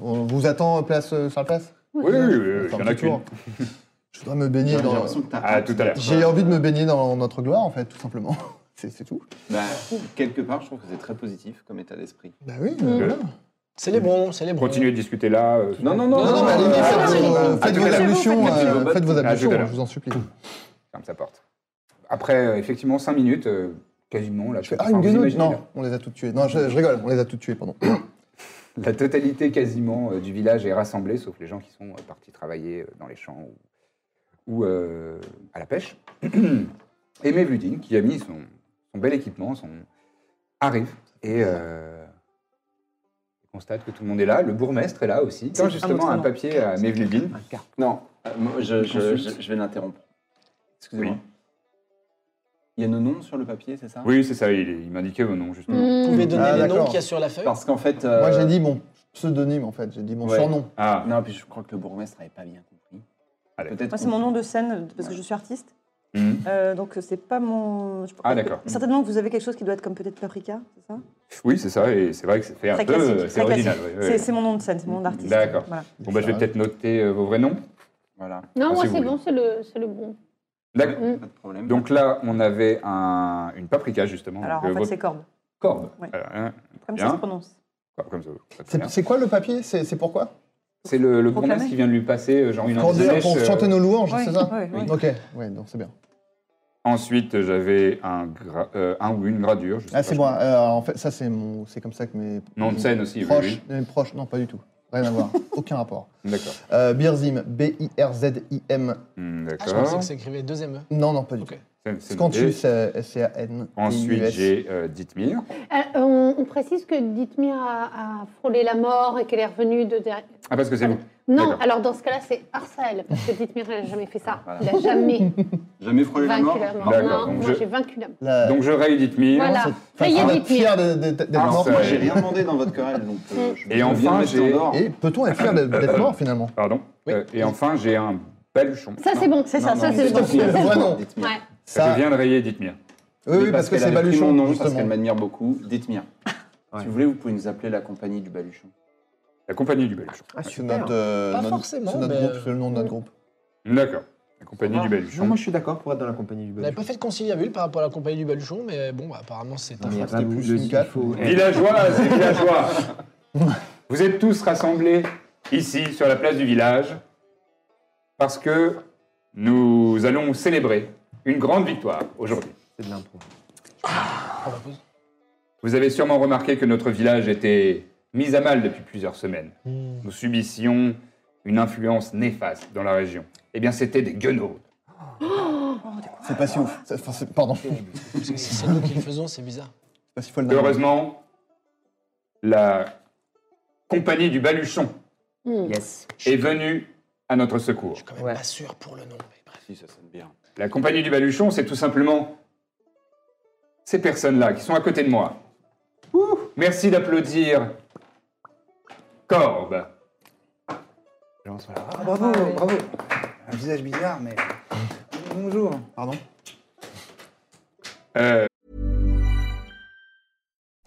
S5: on, on vous attend place, euh, sur la place
S1: Oui, oui, oui, oui, il
S5: Enfin,
S1: y en a
S5: petit
S1: qu'une.
S5: tour. Je voudrais me baigner
S3: J'ai
S5: dans...
S3: l'impression que t'as
S1: À
S3: hâte
S1: Ah, tout à l'heure.
S3: d'être,
S5: J'ai
S3: euh,
S5: envie de me baigner dans notre gloire, en fait, tout simplement. C'est c'est tout.
S3: bah, quelque part, je trouve que c'est très positif comme état d'esprit.
S5: Bah oui, mais voilà.
S4: Célébrons, célébrons.
S1: Continuez de discuter là. euh,
S3: Non, non, non,
S5: Non, non, mais
S3: euh,
S5: allez-y,
S2: Ah,
S3: euh,
S5: faites,
S3: euh,
S5: vos, faites vos
S3: euh, à tout à l'heure.
S5: ablutions,
S3: Faites vos
S5: euh,
S3: bottes.
S5: faites vos
S1: tout à
S5: ablutions,
S1: l'heure.
S5: je vous en supplie.
S2: Ferme sa porte. Après, euh, effectivement, 5 minutes, euh, quasiment. Là,
S5: Je fais, ah, une guenouille Non, on les a toutes tuées. Non, je, je rigole, on les a toutes tuées, pardon.
S2: La totalité quasiment euh, du village est rassemblée, sauf les gens qui sont euh, partis travailler euh, dans les champs ou, ou, euh, à la pêche. et Mevludin, qui a mis son, son bel équipement, son... arrive et euh, constate que tout le monde est là. Le bourgmestre est là aussi. Tiens, justement,
S7: autre
S2: un
S7: nom.
S2: papier à Mevludin.
S3: Non, euh, moi, je, je, je- je vais l'interrompre. Excusez-moi.
S1: Oui.
S3: Il y a nos noms sur le papier, c'est ça
S1: Oui, c'est ça, il, il m'indiquait vos noms, justement.
S8: Mmh.
S4: Vous pouvez donner
S5: Ah,
S4: les noms
S5: d'accord.
S4: qu'il y a sur la feuille
S3: Parce qu'en fait.
S5: Moi,
S3: euh,
S5: j'ai dit mon pseudonyme, en fait. J'ai dit mon
S3: Ouais.
S5: surnom.
S1: Ah,
S3: Non, puis je crois que le bourgmestre n'avait pas bien compris.
S1: Allez.
S3: Peut-être
S7: Moi, c'est
S3: qu'on-
S7: mon nom de scène parce que je suis artiste.
S1: Mhm.
S7: Euh, donc, c'est pas mon. je-
S1: Ah, d'accord.
S7: Certainement que vous avez quelque chose qui doit être comme peut-être Paprika, c'est ça
S1: Oui, c'est ça, et c'est vrai que ça fait un
S7: Très
S1: peu.
S7: classique,
S1: euh, C'est
S7: très
S1: original.
S7: classique.
S1: ouais, ouais.
S7: C'est- C'est mon nom de scène, c'est mon nom d'artiste.
S1: D'accord.
S7: Voilà.
S1: Bon, bah, je vais
S5: Ça
S1: peut-être noter euh, vos vrais noms.
S3: Voilà,
S1: Ah,
S8: Non, moi,
S1: si vous
S8: c'est
S1: voulez.
S8: bon, c'est le, c'est le bon.
S1: D'accord.
S8: Mm.
S3: pas de problème.
S1: Donc là, on avait un, une paprika, justement.
S7: Alors,
S1: donc, euh,
S7: en fait,
S1: votre
S7: c'est Corbe.
S1: corbe.
S7: ouais.
S1: Euh, hein,
S7: Comme
S1: Bien.
S7: ça se prononce.
S1: corbe, comme ça. très
S5: C'est
S1: bien.
S5: c'est quoi le papier C'est c'est pourquoi
S2: C'est le, le bourgmestre
S7: Proclamé.
S2: qui vient de lui passer euh, genre une
S5: pour, dire-
S2: indice.
S5: pour chanter nos louanges,
S7: Oui,
S5: c'est ça
S7: oui, oui.
S5: Ok, ouais, donc c'est bien.
S1: Ensuite, j'avais un, gra- euh, un ou une gradure. je sais
S5: Ah,
S1: pas,
S5: c'est
S1: je
S5: moi.
S1: crois.
S5: Euh, alors, en fait, ça, c'est mon... c'est comme ça que mes
S1: Nom de scène aussi, oui,
S5: proches...
S1: oui.
S5: Mes proches... Non, pas du tout. Rien à voir. Aucun rapport.
S1: D'accord.
S5: Euh, Birzim, B-I-R-Z-I-M.
S1: Hmm,
S4: Ah, je pensais
S1: D'accord.
S4: que ça écrivait deuxième E.
S5: Non, non, pas du
S4: Ok.
S1: C'est-
S5: tout.
S1: c'est noté.
S5: Scantus, c'est S-C-A-N.
S1: Ensuite, j'ai euh, Dithmir.
S8: Euh, on, on précise que Dithmir a, a frôlé la mort et qu'elle est revenue de derrière.
S1: Ah, parce que c'est vous.
S8: Non,
S1: D'accord.
S8: alors dans ce cas-là, c'est Arsael, parce que Dithmir n'a jamais fait ça.
S3: Voilà.
S8: Il n'a jamais
S3: Jamais frôlé la mort
S8: vaincu la mort.
S1: D'accord,
S8: Non,
S1: donc
S8: moi,
S1: je-
S8: j'ai vaincu la mort.
S1: Donc, je raye Dithmir.
S8: Voilà. Ça y est,
S5: on est
S8: Dithmir.
S5: fier de- de- de- d'être
S1: Ah,
S5: mort.
S1: ça-
S3: Moi, j'ai rien demandé dans votre querelle, donc. euh, je
S1: Et
S3: veux
S1: enfin,
S3: bien Ah, me mettre
S1: j'ai-
S3: en dehors.
S5: Et peut-on être fier d'être d'être mort finalement
S1: Pardon.
S4: Oui.
S1: Euh, et enfin, j'ai un baluchon.
S8: Ça, c'est bon.
S7: C'est ça,
S8: ça, Ah, c'est bon.
S5: Dites-moi, dites-moi, non.
S3: Dites-moi.
S8: Ouais.
S5: Ça,
S1: Je viens de rayer Dithmir.
S5: oui, oui,
S3: Mais
S5: parce que
S3: qu'elle
S5: c'est
S3: avait pris
S5: Baluchon,
S3: mon nom, Parce
S5: justement.
S3: qu'elle m'admire beaucoup. Dites-moi.
S6: Ouais.
S3: Si vous voulez, vous pouvez nous appeler la compagnie du Baluchon.
S1: La compagnie du baluchon.
S6: Ah,
S5: C'est
S6: super.
S5: notre, euh,
S4: Pas
S5: notre-
S4: forcément,
S5: c'est notre
S4: mais-
S5: groupe, c'est le nom de notre groupe.
S1: D'accord.
S2: La compagnie du
S3: Ah.
S2: Baluchon.
S6: Non, moi je suis d'accord pour être dans la compagnie du
S4: On n'avait
S6: Baluchon.
S4: pas fait de conciliabule par rapport à la compagnie du Baluchon, mais bon, bah, apparemment, c'est un
S6: Mais il y a
S4: fait.
S6: pas
S5: C'était plus
S6: le-
S5: une
S6: il
S5: quatre.
S6: faut-
S2: Villageois, c'est villageois. Vous êtes tous rassemblés ici, sur la place du village, parce que nous allons célébrer une grande victoire aujourd'hui.
S6: C'est de l'impro.
S4: On va poser.
S2: Vous avez sûrement remarqué que notre village était mis à mal depuis plusieurs semaines.
S4: Hmm.
S2: Nous subissions une influence néfaste dans la région. Eh bien, c'était des guenaudes.
S5: C'est pas si ouf. C'est- enfin, c'est- pardon. C'est
S4: Parce que si c'est nous qui le faisons, c'est bizarre.
S5: pas si folle d'un-
S2: Heureusement, la compagnie du Baluchon
S8: Mm.
S6: Yes.
S2: est venue à notre secours.
S4: Je suis quand même
S6: Ouais.
S4: pas sûr pour le nom. mais bref.
S3: Si, ça sonne bien.
S2: La compagnie du Baluchon, c'est tout simplement ces personnes-là qui sont à côté de moi. Merci d'applaudir Corbe.
S9: Bravo, bravo. Un visage bizarre, mais. Bonjour.
S5: Pardon
S2: Euh,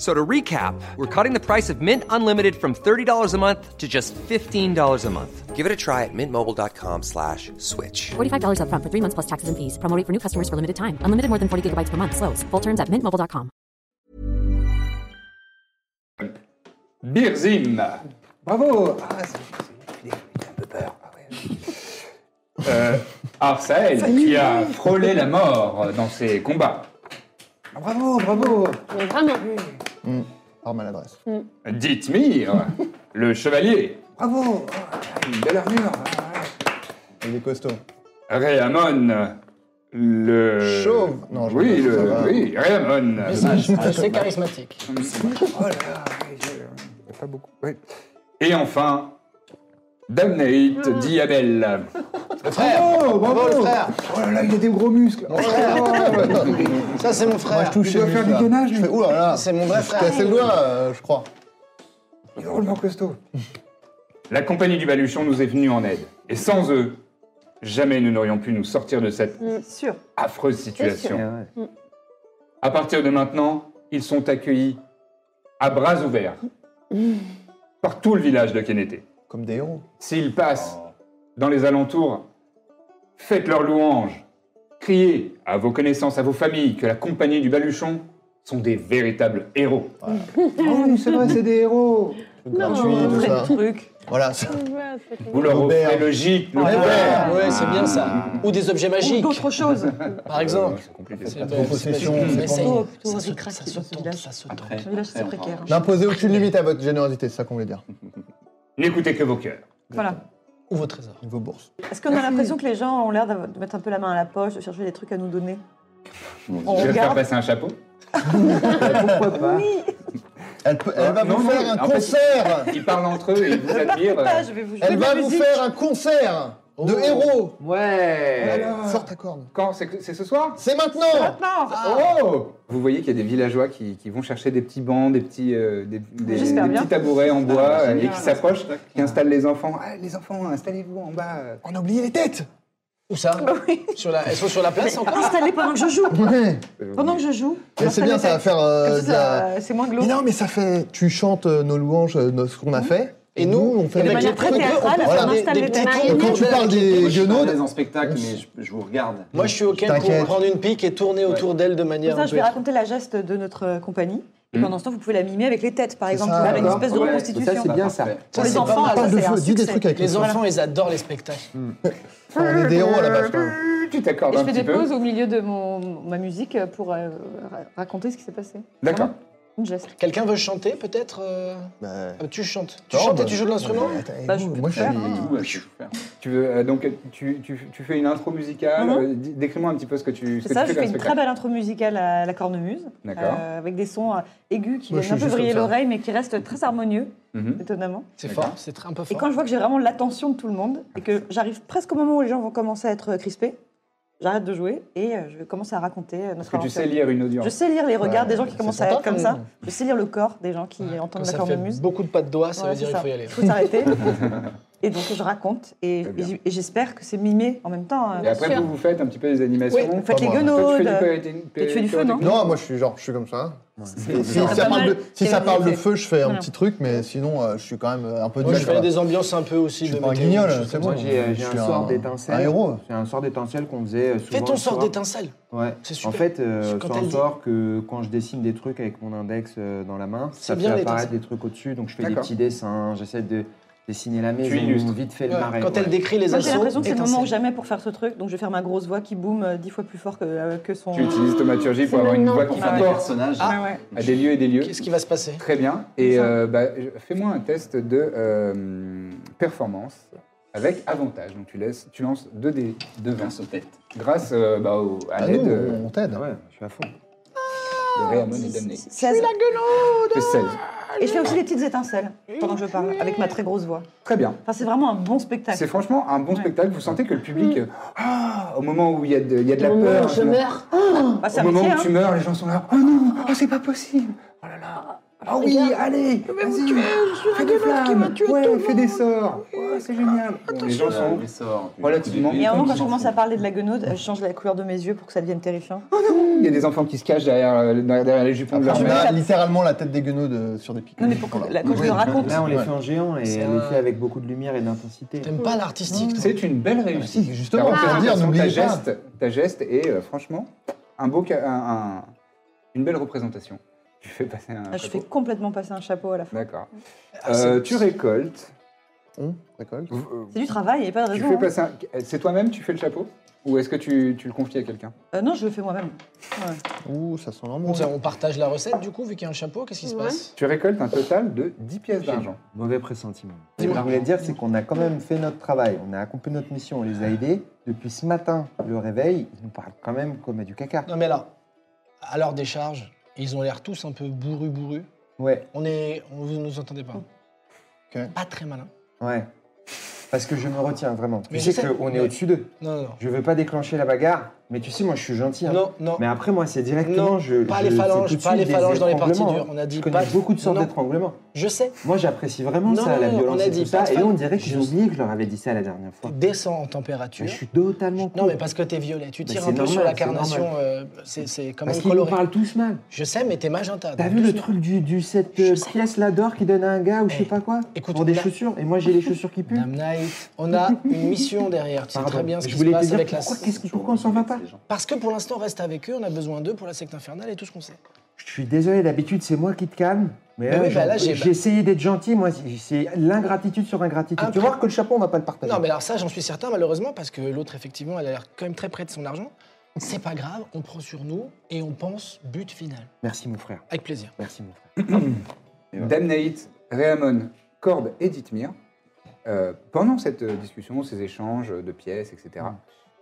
S10: So to recap, we're cutting the price of Mint Unlimited from $30 a month to just $15 a month. Give it a try at mintmobile.com slash switch.
S11: $45 upfront for three months plus taxes and fees. Promoting for new customers for limited time. Unlimited more than 40 gigabytes per month. Slows. Full terms at mintmobile.com.
S2: Birzim.
S9: Bravo. Ah, c'est- c'est- j'ai un peu peur.
S2: Ah Euh, Arsael, qui a frôlé la mort dans ses combats.
S9: Ah, Bravo, bravo.
S8: Mais vraiment.
S5: Hmm, Par maladresse.
S2: Dithmir, le chevalier.
S9: Bravo. Ah, Une belle armure. Ah,
S5: Il est costaud.
S2: Réamon, le...
S5: Chauve. Non, je
S2: oui,
S5: rigole, ça
S2: le...
S5: va.
S2: oui, Réamon.
S4: Mais
S5: Ah,
S4: c'est- c'est c'est charismatique.
S9: Oh là là. je-
S2: Pas beaucoup. Et enfin, Damnate Diabel.
S4: Le frère
S9: Ah. Bravo,
S4: Bravo, le frère
S9: Oh là là, il a des gros muscles. Oh,
S5: Mon frère
S4: Ça, c'est mon
S5: Moi, je
S4: frère.
S5: touche.
S9: Il doit
S5: les
S9: faire
S5: muscles,
S9: du
S5: là.
S9: gainage,
S5: Je
S9: lui.
S5: fais, ouh là là.
S4: C'est mon vrai frère.
S5: Cassez le doigt, euh, je crois.
S9: Il est drôlement costaud.
S2: La compagnie du Baluchon nous est venue en aide. Et sans eux, jamais nous n'aurions pu nous sortir de cette
S7: Sûr.
S2: affreuse situation.
S6: Ouais, ouais.
S2: À partir de maintenant, ils sont accueillis à bras ouverts
S4: Mm.
S2: par tout le village de Kénété.
S5: Comme des héros.
S2: S'ils passent dans les alentours, faites leur louange. Criez à vos connaissances, à vos familles, que la compagnie du Baluchon sont des véritables héros.
S6: Oh oui, c'est vrai, c'est des héros.
S5: Gratuit, tout ça.
S7: truc.
S5: Voilà. ça-
S2: Vous leur
S5: L'auberge.
S2: offrez le gîte,
S6: Ah,
S2: le
S5: Ouais,
S2: couvert.
S4: Ouais, c'est bien ça. Ou des objets
S7: Ou
S4: magiques,
S7: d'autres choses.
S4: par exemple.
S2: C'est compliqué.
S4: C'est
S5: trop possession,
S4: c'est-
S5: Euh, c'est
S4: mais
S5: pas-
S4: c'est-
S7: Oh,
S4: ça
S7: putain,
S4: se
S7: c'est
S4: craque, ça
S7: craqué,
S4: se
S7: ce
S4: tente,
S7: village.
S4: ça se
S3: Après,
S4: tente.
S7: Le village, c'est
S3: après, on va-
S7: précaire.
S5: N'imposez aucune limite à votre générosité, c'est ça qu'on voulait dire.
S2: N'écoutez que vos cœurs.
S7: Voilà.
S4: Ou vos trésors.
S5: Niveau bourse.
S7: Est-ce qu'on a l'impression que les gens ont l'air d'avoir- de mettre un peu la main à la poche, de chercher des trucs à nous donner On
S2: Je vais faire
S7: regarde.
S2: passer un chapeau.
S6: Pourquoi pas
S5: Elle, peut- elle va
S2: Non,
S5: vous
S2: non,
S5: faire un
S2: en fait-
S5: concert
S2: Ils parlent entre eux et ils vous admirent.
S1: euh,
S7: Ah, je vais vous jouer
S5: Elle
S7: de la
S5: va vous
S7: musique.
S5: faire un concert de héros
S6: Ouais.
S5: Sors ta corne.
S2: Quand C'est que- c'est ce soir
S5: C'est maintenant
S7: Maintenant
S2: Oh Vous voyez qu'il y a des villageois qui, qui vont chercher des petits bancs, des petits, euh, des, des-
S7: J'espère
S2: des
S7: bien.
S2: petits tabourets en bois
S3: Ah,
S2: euh, et
S3: génial.
S2: qui s'approchent, qui installent les enfants. Ah, les enfants, installez-vous en bas. euh.
S5: On a oublié les têtes
S4: Où ça Sur la- Elles sont sur la place encore
S7: Installez pendant que je joue.
S5: Ouais
S7: Pendant que je joue.
S5: Mais c'est bien, ça va faire euh,
S7: Comme
S5: de
S7: ça,
S5: la-
S7: ça- c'est moins
S5: Mais
S7: glauque.
S5: non, mais ça fait... Tu chantes euh, nos louanges, euh, nos- ce qu'on a fait.
S4: Et nous, eh ben,
S5: on fait
S7: de
S5: des
S7: manière
S5: petits
S7: très
S5: trucs.
S7: théâtrale,
S5: Voilà.
S7: on installe
S4: Des-
S7: les
S4: des
S7: têtes.
S4: petits
S5: Et Quand tu parles des
S3: Je suis pas à l'aise
S5: guenaudes,
S3: en spectacle, mais je, je vous regarde.
S4: Moi, je suis OK pour
S5: T'inquiète.
S4: prendre une pique et tourner autour d'elle de manière.
S7: Comme ça,
S4: un
S7: je
S4: peu
S7: vais raconter la geste de notre euh, compagnie. Et
S2: Mm.
S7: pendant ce temps, vous pouvez la mimer avec les têtes, par
S5: C'est
S7: exemple.
S5: ça,
S7: On a une
S5: d'accord.
S7: espèce de
S3: Ouais,
S2: euh,
S7: reconstitution.
S6: ça, c'est bien ça.
S3: Parfait.
S7: Pour
S4: Ça,
S7: les
S4: c'est
S7: enfants,
S4: pas
S7: ça,
S5: mal.
S7: c'est
S5: Parle
S7: un
S5: de feu, dis des
S7: succès.
S5: trucs avec
S4: Les
S5: Voilà.
S4: enfants, ils adorent les spectacles.
S5: on est des héros à la base. quoi.
S2: Tu t'accordes
S7: Et je
S2: un
S7: fais
S2: petit
S7: des
S2: peu.
S7: pauses au milieu de mon, ma musique pour euh, ra- raconter ce qui s'est passé.
S2: D'accord.
S7: Une geste.
S4: Quelqu'un veut chanter, peut-être euh
S5: Bah,
S4: Ah, Tu chantes. Tu
S5: non,
S4: chantes
S5: bah,
S4: et tu joues de l'instrument
S5: mais attends,
S7: Mmh. Bah,
S5: et
S7: je
S5: vous,
S7: peux
S5: Moi,
S7: le
S5: je
S7: faire,
S5: suis...
S3: Tout, euh, je vais vous faire.
S2: Tu veux euh, donc tu, tu, tu fais une intro musicale.
S7: Mhm.
S2: euh, dis- Décris-moi un petit peu ce que tu, ce
S7: C'est
S2: que
S7: ça,
S2: tu
S7: je
S2: fais
S7: fais
S2: dans
S7: une
S2: le
S7: très
S2: spectacle.
S7: belle intro musicale à la cornemuse,
S2: D'accord.
S7: euh, avec des sons euh, aigus qui
S5: Moi,
S7: viennent un
S5: je suis
S7: peu
S5: juste
S7: briller
S5: comme ça.
S7: l'oreille, mais qui restent très harmonieux,
S2: Mhm.
S7: étonnamment.
S4: C'est
S2: D'accord.
S4: fort, c'est très- un peu
S7: Et
S4: fort.
S7: quand je vois que j'ai vraiment l'attention de tout le monde, et que j'arrive presque au moment où les gens vont commencer à être crispés, j'arrête de jouer et euh, je vais commencer à raconter euh,
S2: Parce
S7: notre
S2: que tu sais
S7: aventure.
S2: lire une audience.
S7: Je sais lire les regards des gens qui
S5: c'est
S7: commencent à
S5: sympa,
S7: être comme
S5: quand
S7: ça.
S5: même.
S7: Je sais lire le corps des gens qui
S4: Ouais,
S7: entendent
S4: quand
S7: la
S4: ça fait
S7: cornemuse.
S4: beaucoup de pas de doigts, ça
S7: Voilà,
S4: veut dire
S7: c'est
S4: qu'il faut y aller.
S7: faut s'arrêter. Et donc je raconte et,
S2: Très Eh bien. Eh
S7: et j'espère que c'est mimé en même temps. hein.
S2: Et après, vous, vous faites un petit peu des animations.
S7: Oui, vous faites les
S2: Toi, tu fais du
S7: guenaudes.
S2: pyroté-
S7: Toi, tu fais du feu, non
S5: Non, moi je suis genre, je suis comme ça. Si, si
S4: Pas
S5: ça
S4: mal.
S5: parle de, si
S4: Et
S5: ça
S4: on
S5: parle de
S4: était.
S5: feu, je fais un
S4: Voilà.
S5: petit truc, mais sinon, euh, je suis quand même euh, un peu
S4: Moi,
S5: nul,
S4: je
S5: quoi.
S4: fais des ambiances un peu aussi
S5: Je
S4: de
S5: suis pas un
S4: mécanique,
S5: guignol,
S4: des choses
S5: c'est
S4: comme
S5: bon.
S4: ça.
S6: J'ai euh,
S5: Je
S6: j'ai
S5: suis
S6: un sort
S5: un-
S6: d'étincelle.
S5: un héros.
S6: J'ai un sort d'étincelle qu'on faisait euh,
S4: Fais
S6: souvent.
S4: ton
S6: le
S4: sort
S6: soir.
S4: d'étincelle.
S6: Ouais.
S4: C'est
S6: En
S4: super.
S6: fait, euh,
S4: Quand elle
S6: c'est un
S4: dit.
S6: sort que quand je dessine des trucs avec mon index euh, dans la main, ça
S4: bien,
S6: fait
S4: les
S6: apparaître
S4: dessins.
S6: des trucs au-dessus. Donc je fais des
S4: D'accord.
S6: petits dessins, j'essaie de dessiner la maison,
S4: illustres.
S6: vite fait le
S4: Ouais,
S6: marais.
S4: quand elle
S6: ouais.
S4: décrit les
S7: Moi, j'ai l'impression que c'est le moment
S4: étincelle.
S7: ou jamais pour faire ce truc, donc je vais faire ma grosse voix qui boum euh, dix fois plus fort que, euh, que son.
S2: Tu utilises Thaumaturgie pour avoir une voix qui
S7: Ah ouais.
S2: porte
S7: Ah ouais.
S2: à des lieux et des lieux.
S4: Qu'est-ce qui va se passer
S2: Très bien. Et euh, bah, je- fais-moi un test de euh, performance avec avantage. Donc tu, laisses, tu lances 2 dés de 20. Grâce aux têtes. Grâce euh, bah, au- à
S5: Ah
S2: l'aide
S5: non,
S2: euh,
S5: on t'aide.
S6: je suis à fond.
S2: de Réamon et d'Amné.
S7: 16.
S2: Que 16.
S7: Et je fais aussi des petites étincelles pendant que je parle avec ma très grosse voix.
S2: Très bien.
S7: Enfin, c'est vraiment un bon spectacle.
S2: C'est franchement un bon spectacle. Vous sentez que le public, euh, ah, au moment où il y a de, il y a de la
S8: Au moment
S2: peur,
S8: où je
S2: au moment-
S8: meurs.
S7: Bah, c'est
S2: au
S7: un
S2: moment
S7: métier,
S2: où tu
S7: hein.
S2: meurs, les gens sont là. Oh non, oh, c'est pas possible. Oh là là. Oh oui,
S8: Regarde.
S2: allez. Je vais vous tuer. Je suis des flammes. Ouais, fais des sorts. Ouais, c'est génial. Bon, les
S3: euh,
S2: gens sont relativement.
S7: Et à un moment, quand je commence à parler de la guenaude, je change la couleur de mes yeux pour que ça devienne terrifiant.
S2: Il y a des enfants qui se cachent derrière, euh, derrière, derrière les jupons de leur
S5: Après, tu
S2: mère.
S5: mets littéralement la tête des guenaudes euh, sur des pics.
S7: Non, mais pour que la, quand je
S5: Oui.
S7: le raconte,
S6: Là, on les
S5: Ouais.
S6: fait en géant et
S4: C'est
S6: on les
S4: un-
S6: fait avec beaucoup de lumière et d'intensité.
S4: T'aimes pas l'artistique, toi.
S2: C'est une belle réussite.
S5: Si, justement,
S2: Ta
S5: pour dire,
S2: représentation, ta
S5: n'oubliez pas.
S2: geste, ta geste est euh, franchement un beau, ca- un- un- une belle représentation. Tu fais passer un.
S7: ah, je fais
S2: chapeau.
S7: complètement passer un chapeau à la fin.
S2: D'accord.
S4: Ah,
S2: Euh,
S4: c'est-
S2: tu récoltes.
S5: On récolte.
S2: euh,
S7: C'est du travail, il n'y a pas de
S2: Tu
S7: raison.
S2: fais
S7: hein.
S2: passer. un- C'est toi-même tu fais le chapeau ou est-ce que tu, tu le confies à quelqu'un
S7: Euh, non, je le fais moi-même. Ouais.
S5: Ouh, ça sent
S4: On,
S5: l'amour.
S4: on partage la recette du coup, vu qu'il y a un chapeau, qu'est-ce qui se
S8: Ouais.
S4: passe
S2: Tu récoltes un total de 10 pièces d'argent.
S6: Mauvais pressentiment. Ce que
S4: Dis-moi.
S6: je voulais dire, c'est qu'on a quand même fait notre travail, on a accompli notre mission, on les a aidés. Depuis ce matin, le réveil, ils nous parlent quand même comme à du caca.
S4: Non mais alors, à leur décharge, ils ont l'air tous un peu bourru bourru.
S6: Ouais,
S4: On est, on vous nous entendez pas.
S5: Ok.
S4: Pas très malin.
S6: ouais. Parce que je me retiens vraiment.
S4: Mais
S6: tu
S4: je
S6: sais
S4: sais,
S6: qu'on est
S4: mais-
S6: au-dessus d'eux.
S4: Non non non.
S6: Je veux pas déclencher la bagarre, mais tu sais, moi je suis gentil. hein.
S4: Non non.
S6: Mais après, moi, c'est directement.
S4: Non,
S6: je,
S4: pas
S6: je-
S4: les
S6: c'est
S4: phalanges,
S6: tout de
S4: pas
S6: suite
S4: les
S6: des
S4: phalanges dans les parties
S6: étranglements,
S4: dures.
S6: hein.
S4: On a dit
S6: Je connais
S4: pas-
S6: beaucoup de sortes
S4: non.
S6: d'étranglement.
S4: Je sais.
S6: Moi, j'apprécie vraiment
S4: Non,
S6: ça,
S4: non,
S6: la
S4: non, on
S6: violence
S4: a
S6: et
S4: dit
S6: tout
S4: pas
S6: ça.
S4: de
S6: Et eux,
S4: fan-
S6: on dirait que j'ai
S4: Juste.
S6: oublié que je leur avais dit ça la dernière fois.
S4: Descends en
S6: Mais
S4: température.
S6: je suis totalement
S4: Non mais
S6: con.
S4: parce que t'es violet, tu
S6: Mais
S4: tires
S6: c'est
S4: un peu sur la
S6: normal, c'est
S4: carnation.
S6: normal.
S4: euh, C'est c'est comme
S6: Parce
S4: un
S6: qu'ils nous
S4: coloris.
S6: parlent tous mal.
S4: Je sais, mais t'es magenta.
S6: T'as
S4: donc
S6: vu le
S4: doucement.
S6: truc du, du cette euh, pièce-là d'or qui donne à un gars ou je
S4: Eh,
S6: sais pas quoi
S4: écoute,
S6: Pour des
S4: là-
S6: chaussures. Et moi, j'ai les chaussures qui puent.
S4: Madame Knight, on a une mission derrière. Tu sais
S6: Pardon.
S4: très bien ce
S6: Je
S4: qui se
S6: voulais te
S4: passe
S6: dire
S4: avec la.
S6: pourquoi, qu'est-ce qui- pourquoi on s'en va pas
S4: Parce que pour l'instant, reste avec eux. On a besoin d'eux pour la secte infernale et tout ce qu'on sait.
S6: Je suis désolé, d'habitude, c'est moi qui te calme. Mais
S4: Mais
S6: là,
S4: oui, bah
S6: j'en-
S4: là, j'ai-
S6: j'ai essayé d'être gentil. Moi, c'est- c'est l'ingratitude sur ingratitude.
S4: Un
S6: Tu
S4: peu.
S6: vois que le chapeau, on va pas le partager.
S4: Non, mais alors ça, j'en suis certain, malheureusement, parce que l'autre, effectivement, elle a l'air quand même très près de son argent. C'est pas grave, on prend sur nous et on pense but final.
S6: Merci, mon frère.
S4: Avec plaisir.
S6: Merci, mon frère.
S2: Damnaït, Réamon, Corde et Dithmir, euh, pendant cette euh, discussion, ces échanges de pièces, etc.,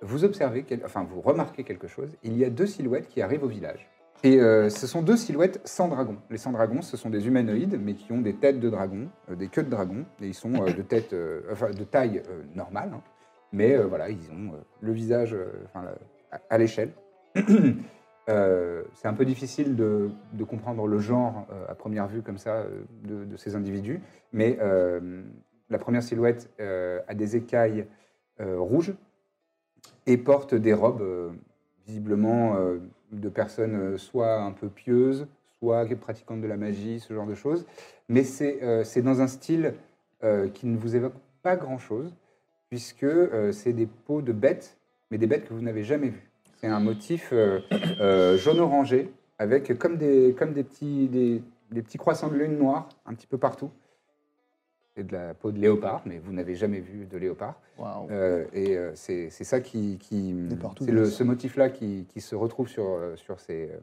S2: vous observez, quel- enfin vous remarquez quelque chose. Il y a deux silhouettes qui arrivent au village. Et euh, ce sont deux silhouettes sans dragon. Les sans dragons, ce sont des humanoïdes, mais qui ont des têtes de dragon, euh, des queues de dragon, et ils sont euh, de tête, euh, enfin, de taille euh, normale, hein. mais euh, voilà, ils ont euh, le visage, euh, enfin, la- à- à l'échelle. Euh, c'est un peu difficile de, de comprendre le genre euh, à première vue comme ça euh, de, de ces individus, mais euh, la première silhouette euh, a des écailles euh, rouges et porte des robes euh, visiblement euh, de personnes euh, soit un peu pieuses, soit pratiquantes de la magie, ce genre de choses, mais c'est euh, c'est dans un style euh, qui ne vous évoque pas grand-chose, puisque euh, c'est des peaux de bêtes, mais des bêtes que vous n'avez jamais vues. C'est un motif euh, euh, jaune-orangé, avec comme des, comme des, petits, des, des petits croissants de lune noirs un petit peu partout. C'est de la peau de léopard, mais vous n'avez jamais vu de léopard.
S5: Waouh.
S2: Euh, et euh, c'est c'est ça qui. qui
S5: est partout,
S2: c'est le-
S5: bien sûr.
S2: ce motif-là qui, qui se retrouve sur, euh, sur, ses, euh,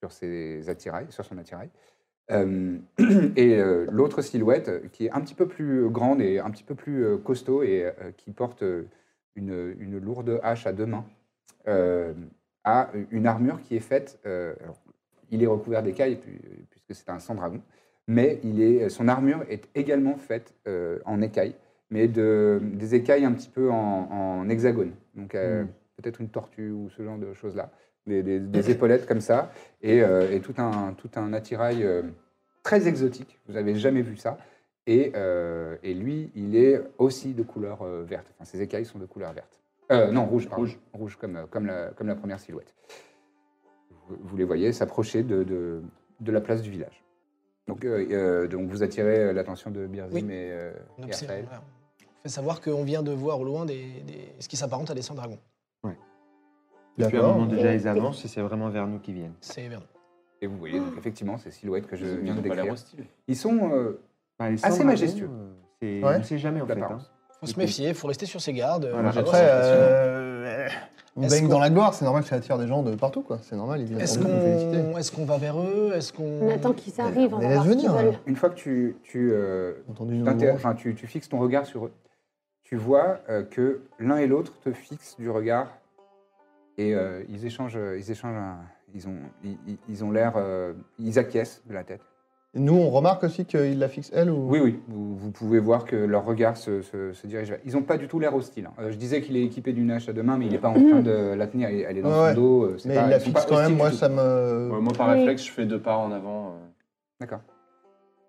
S2: sur, ses attirails, sur son attirail. Euh, et euh, l'autre silhouette, euh, qui est un petit peu plus grande et un petit peu plus euh, costaud et euh, qui porte euh, une, une lourde hache à deux mains, euh, a une armure qui est faite. euh, alors, il est recouvert d'écailles pu- puisque c'est un sang dragon, mais il est, son armure est également faite euh, en écailles, mais de, des écailles un petit peu en, en hexagone. Donc euh, peut-être une tortue ou ce genre de choses-là. Des, des- des épaulettes comme ça et, euh, et tout, un, tout un attirail euh, très exotique. Vous n'avez jamais vu ça. Et, euh, et lui, il est aussi de couleur euh, verte. Enfin, ses écailles sont de couleur verte. Euh, non, rouge, rouge, rouge comme, euh, comme, la, comme la première silhouette. Vous, vous les voyez s'approcher de, de, de la place du village. Donc, euh, euh, donc vous attirez l'attention de Birzim
S4: Oui.
S2: et, euh,
S4: On
S2: et
S4: observe,
S2: Raphaël.
S4: voilà. On fait savoir qu'on vient de voir au loin des, des- ce qui s'apparente à des sangs dragons.
S6: Et puis à un
S4: D'accord.
S6: moment déjà, ils
S4: Euh,
S6: avancent et c'est vraiment vers nous qu'ils viennent.
S4: C'est vers
S2: Et vous voyez donc effectivement ces silhouettes que je
S6: Ils ont
S2: viens de
S6: pas l'air
S2: décrire.
S6: hostiles.
S2: Ils sont euh,
S6: Bah, les
S4: Ah,
S6: sangs
S2: assez
S6: dragons,
S2: majestueux.
S6: euh, c'est-
S2: Ouais.
S6: On ne sait jamais en fait.
S2: D'apparence.
S6: hein.
S4: Faut se méfier, faut rester sur ses gardes.
S6: Voilà,
S4: Faut
S6: après,
S4: avoir cette
S6: euh,
S4: passion.
S5: On
S4: Est-ce
S5: baigne
S4: qu'on-
S5: dans la gloire, c'est normal que ça attire des gens de partout, quoi. C'est normal, ils
S6: euh,
S5: viennent
S4: Est-ce
S5: pour nous, nous féliciter.
S4: qu'on est-ce qu'on va vers eux Est-ce qu'on
S8: On attend qu'ils arrivent, on va voir ce qu'ils veulent.
S2: Une fois que tu, tu, euh,
S5: nos
S2: t'intéresses-
S5: louanges.
S2: enfin, tu- tu fixes ton regard sur eux, tu vois euh, que l'un et l'autre te fixent du regard et euh, ils échangent, ils échangent, un- ils ont, ils, ils- ils ont l'air, euh, ils acquiescent de la tête.
S5: Et Nous, on remarque aussi qu'il la fixe elle ou.
S2: Oui, oui, vous, vous pouvez voir que leur regard se, se, se dirige. vers- Ils n'ont pas du tout l'air hostile. hein. Euh, je disais qu'il est équipé d'une hache à deux mains, mais il n'est pas en train de la tenir. Elle elle est dans
S5: Ouais, ouais.
S2: son dos. euh, c'est
S5: Mais
S2: pas-
S5: il la
S2: ils sont
S5: fixe
S2: pas
S5: quand
S2: hostiles
S5: même,
S2: du
S5: moi
S2: tout.
S5: ça me.
S3: Ouais, moi, par
S5: Oui.
S3: réflexe, je fais deux pas en avant. euh.
S2: D'accord.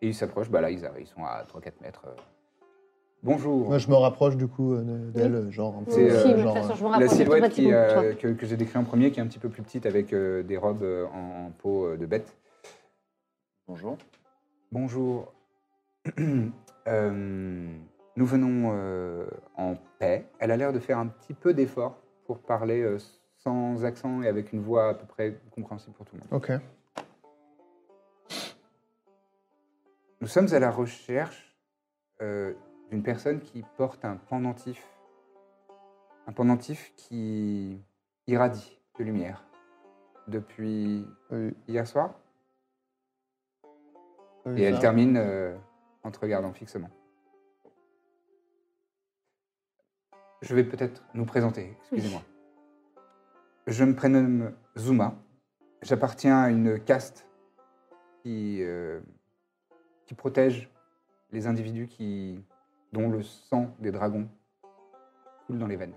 S2: Et ils s'approchent, bah là, ils, arrivent, ils sont à 3-4 mètres. euh. Bonjour.
S5: Moi je me rapproche du coup euh, de- d'elle, euh, genre un peu.
S2: C'est
S5: euh,
S2: euh,
S5: genre, euh,
S2: la silhouette qui, euh, que, que j'ai décrit en premier, qui est un petit peu plus petite avec euh, des robes euh, en, en peau euh, de bête.
S3: Bonjour.
S2: Bonjour. Euh, nous venons euh, en paix. Elle a l'air de faire un petit peu d'effort pour parler euh, sans accent et avec une voix à peu près compréhensible pour tout le monde.
S5: euh, Ok.
S2: Nous sommes à la recherche euh, d'une personne qui porte un pendentif. Un pendentif qui irradie de lumière. Depuis hier soir
S5: Oui,
S2: Et elle
S5: ça.
S2: termine euh, en te regardant fixement. Je vais peut-être nous présenter, excusez-moi. Je me prénomme Zuma. J'appartiens à une caste qui, euh, qui protège les individus qui, dont le sang des dragons coule dans les veines.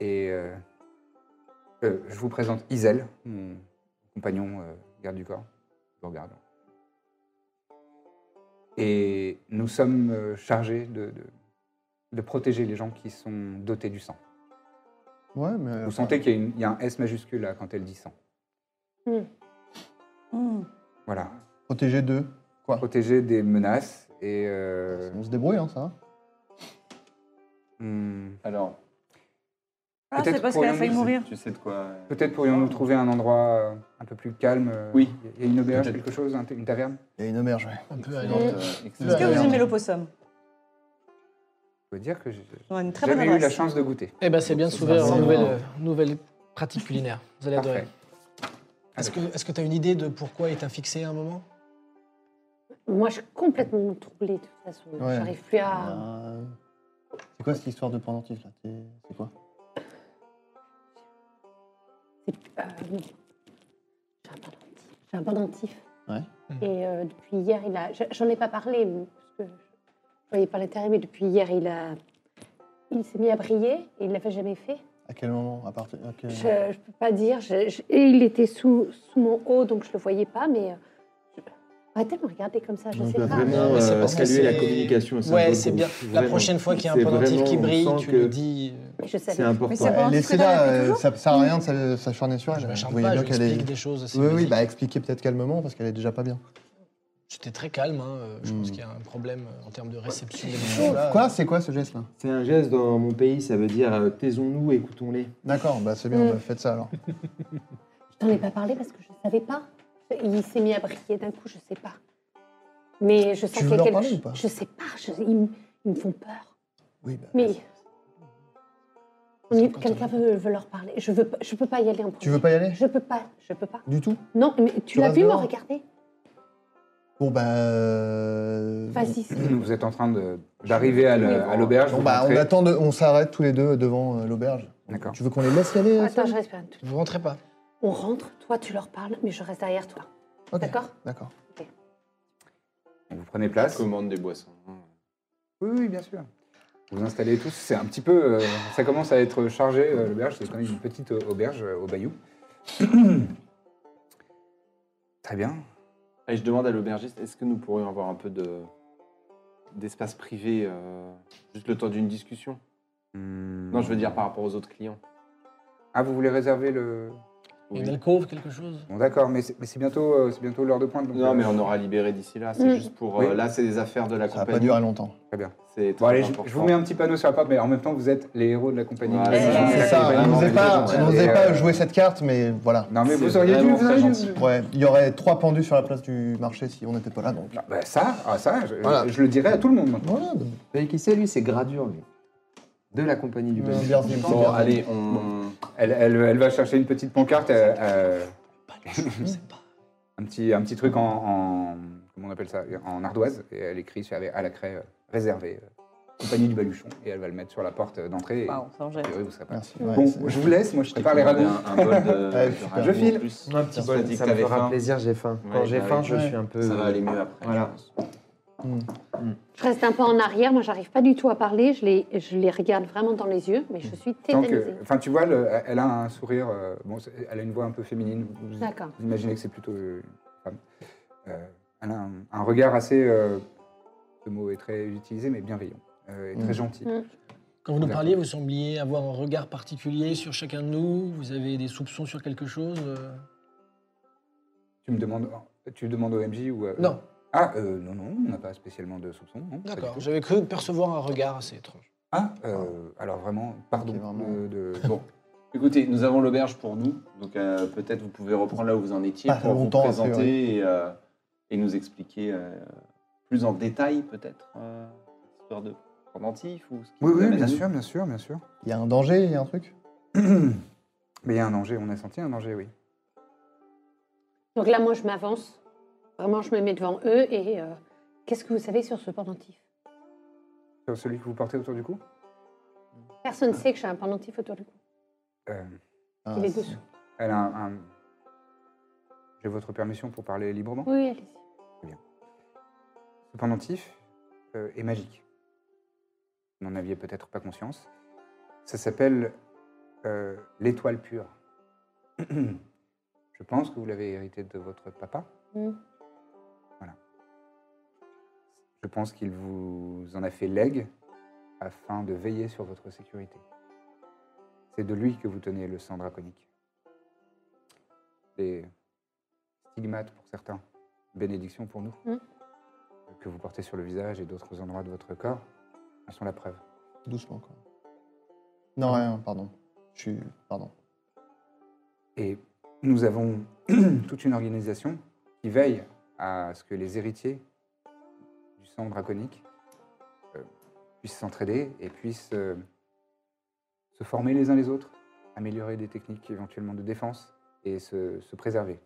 S2: Et euh, euh, je vous présente Isel, mon compagnon euh, garde du corps. Je vous regarde. Et nous sommes euh, chargés de, de, de protéger les gens qui sont dotés du sang.
S5: Ouais, mais. euh,
S2: Vous sentez qu'il y, a une- il y a un S majuscule là, quand elle dit sang.
S7: Mmh.
S2: Voilà.
S5: Protéger d'eux. Quoi
S2: Protéger des menaces et. euh,
S5: On se débrouille, hein, ça. va.
S2: hmm,
S3: Alors,
S7: Ah, c'est parce qu'elle a
S2: pourrions-nous-
S7: failli mourir.
S3: tu sais de quoi euh,
S2: Peut-être pourrions-nous trouver un endroit euh, un peu plus calme. euh,
S3: Oui.
S2: Il y a une auberge,
S3: Peut-être.
S2: quelque chose, un- une taverne
S5: Il y a une auberge, ouais.
S4: On peut
S3: Excellente,
S4: aller.
S3: euh,
S7: Est-ce
S3: excellente
S7: que vous
S3: merde.
S7: aimez l'opossum
S2: Je veux dire que j'ai
S7: On a une très bonne
S2: jamais eu la
S7: adresse.
S2: chance de goûter.
S4: Eh ben c'est bien
S2: Ça
S4: s'ouvrir
S2: sera
S4: une nouvelle,
S2: vraiment-
S4: euh, nouvelle pratique culinaire. Vous allez adorer. Est-ce que est-ce que tu as une idée de pourquoi il t'a fixé à un moment
S8: Moi, je suis complètement troublée de toute façon.
S5: Ouais.
S8: J'arrive plus à.
S5: Euh, C'est quoi cette histoire de pendentif là C'est c'est quoi
S8: Euh, j'ai un pendentif. J'ai un pendentif.
S5: Ouais.
S8: Et euh, depuis hier, il a. je- J'en ai pas parlé, parce que je ne voyais pas l'intérêt, mais depuis hier, il a. Il s'est mis à briller et il ne l'avait jamais fait.
S5: À quel moment à partir... à quel-
S8: Je ne peux pas dire. je- je- et il était sous, sous mon haut, donc je ne le voyais pas, mais. euh, je- Arrêtez de me regarder comme ça, je
S6: On
S8: sais
S6: doit
S8: pas.
S6: vraiment
S4: mais c'est
S6: euh,
S4: parce que
S6: saluer la
S4: c'est-
S6: communication. un
S4: Ouais,
S6: bon
S4: c'est
S6: groupe,
S4: bien. La
S6: vraiment.
S4: prochaine fois qu'il y a un
S6: C'est
S4: pendentif
S6: vraiment,
S4: qui
S6: on
S4: brille,
S6: sent
S4: tu
S6: que
S4: le dis. euh,
S8: Je sais
S6: C'est
S8: pas.
S6: important.
S5: Ouais, Laissez-la, euh, ça sert à rien de s'a- s'acharner sur elle.
S4: m'acharne
S5: Vous voyez
S4: pas,
S5: bien
S4: je
S5: qu'elle
S4: explique
S5: est.
S4: des choses assez
S5: Oui, oui,
S4: basiques.
S5: bah expliquez peut-être calmement parce qu'elle est déjà pas bien.
S4: J'étais très calme. hein, euh, Je pense
S5: Hmm.
S4: qu'il y a un problème euh, en termes de réception des
S5: Oh,
S4: messages. là.
S5: Quoi C'est quoi ce geste là
S6: C'est un geste dans mon pays, ça veut dire euh, taisons-nous, écoutons-les.
S5: D'accord, bah c'est bien,
S8: Mm.
S5: bah, faites ça alors.
S8: Je t'en ai pas parlé parce que je ne savais pas. Il s'est mis à briller d'un coup, je sais pas. Mais je sens
S5: Tu
S8: qu'il
S5: veux
S8: y a
S5: leur
S8: quelque
S5: parler ou pas
S8: Je sais pas, je- ils, me- ils me font peur.
S5: Oui, bah,
S8: Mais on y-
S5: quand
S8: quelqu'un veut, veut leur parler. Je veux, pas- je peux pas y aller en premier.
S5: Tu veux pas y aller
S8: Je peux pas, je peux pas.
S5: Du tout
S8: Non, mais tu
S5: Tu
S8: l'as
S5: restes
S8: vu me
S5: dehors
S8: regarder
S5: Bon bah. euh,
S8: Vas-y. c'est-
S2: Vous êtes en train de- d'arriver à le- à l'auberge.
S5: Bon
S2: vous
S5: bah on
S2: rentrez.
S5: attend, de- on s'arrête tous les deux devant euh, l'auberge.
S2: D'accord.
S5: Tu veux qu'on les laisse y aller euh,
S8: Attends,
S5: seuls
S8: je respire. un tout-
S4: Vous rentrez pas.
S8: On rentre, toi tu leur parles, mais je reste derrière toi.
S5: euh, Ok.
S8: D'accord
S5: D'accord.
S2: Vous prenez place.
S3: commande des boissons.
S2: Oui, oui, bien sûr. Vous vous installez tous. C'est un petit peu. euh, ça commence à être chargé, euh, l'auberge. C'est quand même une petite euh, auberge euh, au Bayou. Très bien.
S3: Allez, je demande à l'aubergiste, est-ce que nous pourrions avoir un peu de d'espace privé, euh, juste le temps d'une discussion Non, je veux dire par rapport aux autres clients.
S2: Ah, vous voulez réserver le.
S4: Une alcôve, quelque chose
S2: Bon, d'accord, mais c'est mais c'est bientôt, euh, c'est bientôt l'heure de pointe. donc,
S3: Non,
S2: euh,
S3: mais on aura libéré d'ici là. C'est
S2: Mm.
S3: juste pour.
S2: Oui.
S3: euh, là, c'est des affaires de la compagnie.
S5: longtemps.
S2: Très bien.
S3: C'est
S2: Bon,
S3: très
S2: allez, je,
S3: important.
S2: je vous mets un petit panneau sur la porte, mais en même temps, vous êtes les héros de la compagnie.
S3: Voilà, c'est ça.
S5: C'est ça, on n'osait pas, on n'osait pas jouer cette carte, mais voilà.
S2: euh, Non, mais vous C'est auriez dû, vraiment vous auriez très dû. gentil.
S5: Ouais, il y aurait trois pendus sur la place du marché si on n'était pas là, donc.
S2: Bah, ça, ah, ça je,
S5: Voilà.
S2: je le dirai à tout le monde maintenant.
S5: Vous
S6: savez qui c'est, lui C'est Gradure, lui. De la compagnie du
S2: Bon,
S6: Bel-
S2: Bon, allez, on... elle, elle, elle va chercher une petite pancarte. euh, euh, un, petit, un petit truc en, en- Comment on appelle ça En ardoise. Et elle écrit sur- à la craie euh, réservée. euh, compagnie du Baluchon. Et elle va le mettre sur la porte euh, d'entrée. et-
S7: Waouh, ça en jette.
S2: a priori, vous serez pas-
S5: Merci.
S2: Bon, je vous laisse. Moi, je prépare les ragoûts.
S3: Un, un bol de.
S2: Ouais,
S3: de
S2: super.
S3: ragoût
S2: je
S3: en
S2: file.
S3: plus.
S6: Un petit
S3: Ça
S6: bol,
S3: me dit que
S6: ça me
S3: t'avais
S6: fera
S3: faim.
S6: plaisir, j'ai faim.
S3: Ouais,
S6: Quand j'ai
S3: bah
S6: faim,
S3: oui.
S6: je suis un peu.
S3: Ça
S4: euh,
S3: va aller mieux après.
S6: Voilà.
S8: Je reste un peu en arrière, moi j'arrive pas du tout à parler, je les, je les regarde vraiment dans les yeux, mais je suis
S2: Tant que-
S8: tétanisée.
S2: Enfin, tu vois, le- elle a un sourire. euh, bon, c'est- elle a une voix un peu féminine. Vous,
S8: D'accord.
S2: vous imaginez que c'est plutôt euh, une femme. Euh, elle a un, un regard assez. euh, ce mot est très utilisé, mais bienveillant. euh, et très gentil.
S4: Quand vous nous
S2: D'accord.
S4: parliez, vous sembliez avoir un regard particulier sur chacun de nous. Vous avez des soupçons sur quelque chose. euh.
S2: Tu me demandes. Tu le demandes au MJ ou. euh,
S4: Non.
S2: Ah, euh, non, non, on n'a pas spécialement de soupçons. non, pas du
S4: D'accord.
S2: tout.
S4: J'avais cru percevoir un regard assez étrange.
S2: Ah, euh, alors vraiment, pardon. euh, de, bon,
S3: Écoutez, nous avons l'auberge pour nous, donc euh, peut-être vous pouvez reprendre là où vous en étiez
S5: Pas
S3: pour vous
S5: longtemps, a priori.
S3: présenter et, euh, et nous expliquer euh, plus en détail peut-être euh, l'histoire de Pendentif ou ce qui
S2: Oui,
S3: vous
S2: oui,
S3: amène
S2: bien
S3: à nous.
S2: sûr, bien sûr, bien sûr.
S5: Il y a un danger, il y a un truc
S2: Mais il y a un danger, on a senti un danger, oui.
S8: Donc là, moi je m'avance, vraiment je me mets devant eux et euh, qu'est-ce que vous savez sur ce pendentif
S2: Sur celui que vous portez autour du cou
S8: Personne ne sait que j'ai un pendentif autour du cou.
S2: Euh,
S8: Ah, Il est c'est- dessous.
S2: Elle a un. un- J'ai votre permission pour parler librement
S8: Oui, allez-y.
S2: Ce pendentif euh, est magique. Vous n'en aviez peut-être pas conscience. Ça s'appelle euh, l'étoile pure. Je pense que vous l'avez hérité de votre papa.
S8: Mm.
S2: Je pense qu'il vous en a fait legs afin de veiller sur votre sécurité. C'est de lui que vous tenez le sang draconique. Des stigmates pour certains, bénédictions pour nous,
S8: Mm.
S2: que vous portez sur le visage et d'autres endroits de votre corps, en sont la preuve.
S5: Doucement, quoi. Non, rien, pardon. Je suis. Pardon.
S2: Et nous avons toute une organisation qui veille à ce que les héritiers du sang draconique euh, puissent s'entraider et puissent euh, se former les uns les autres, améliorer des techniques éventuellement de défense et se, se préserver.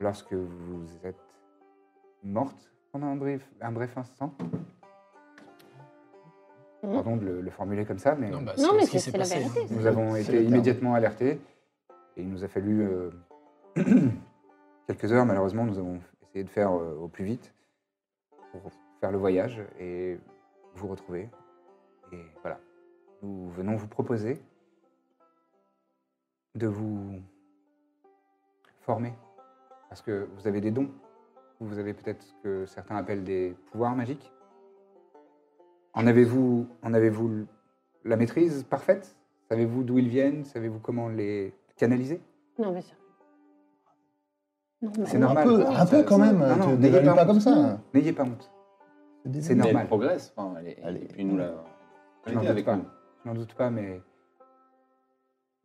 S2: Lorsque vous êtes morte pendant un bref, un bref instant,
S8: Hum. Mmh.
S2: pardon de le, le formuler comme ça, mais
S4: Non, bah, c'est Non, mais ce qui c'est- s'est c'est la passé, vérité, hein. c'est-
S2: nous avons
S4: c'est le
S2: été
S4: terme.
S2: immédiatement alertés et il nous a fallu euh, quelques heures. Malheureusement, nous avons essayé de faire euh, au plus vite pour faire le voyage et vous retrouver. Et voilà, nous venons vous proposer de vous former parce que vous avez des dons. Vous avez peut-être ce que certains appellent des pouvoirs magiques. En avez-vous en avez-vous l- la maîtrise parfaite Savez-vous d'où ils viennent Savez-vous comment les canaliser
S8: Non, bien sûr. Non, mais-
S2: C'est normal.
S5: Un peu, un peu quand même.
S2: Non, non,
S5: te
S2: n'ayez
S5: dévalue
S2: pas
S5: pas comme
S2: honte.
S5: ça.
S2: N'ayez pas honte. C'est
S3: Mais
S2: normal.
S3: Elle progresse, enfin, elle est- et puis nous la.
S2: Je
S3: elle
S2: n'en
S3: était
S2: doute
S3: avec
S2: pas.
S3: nous.
S2: Je n'en doute pas, mais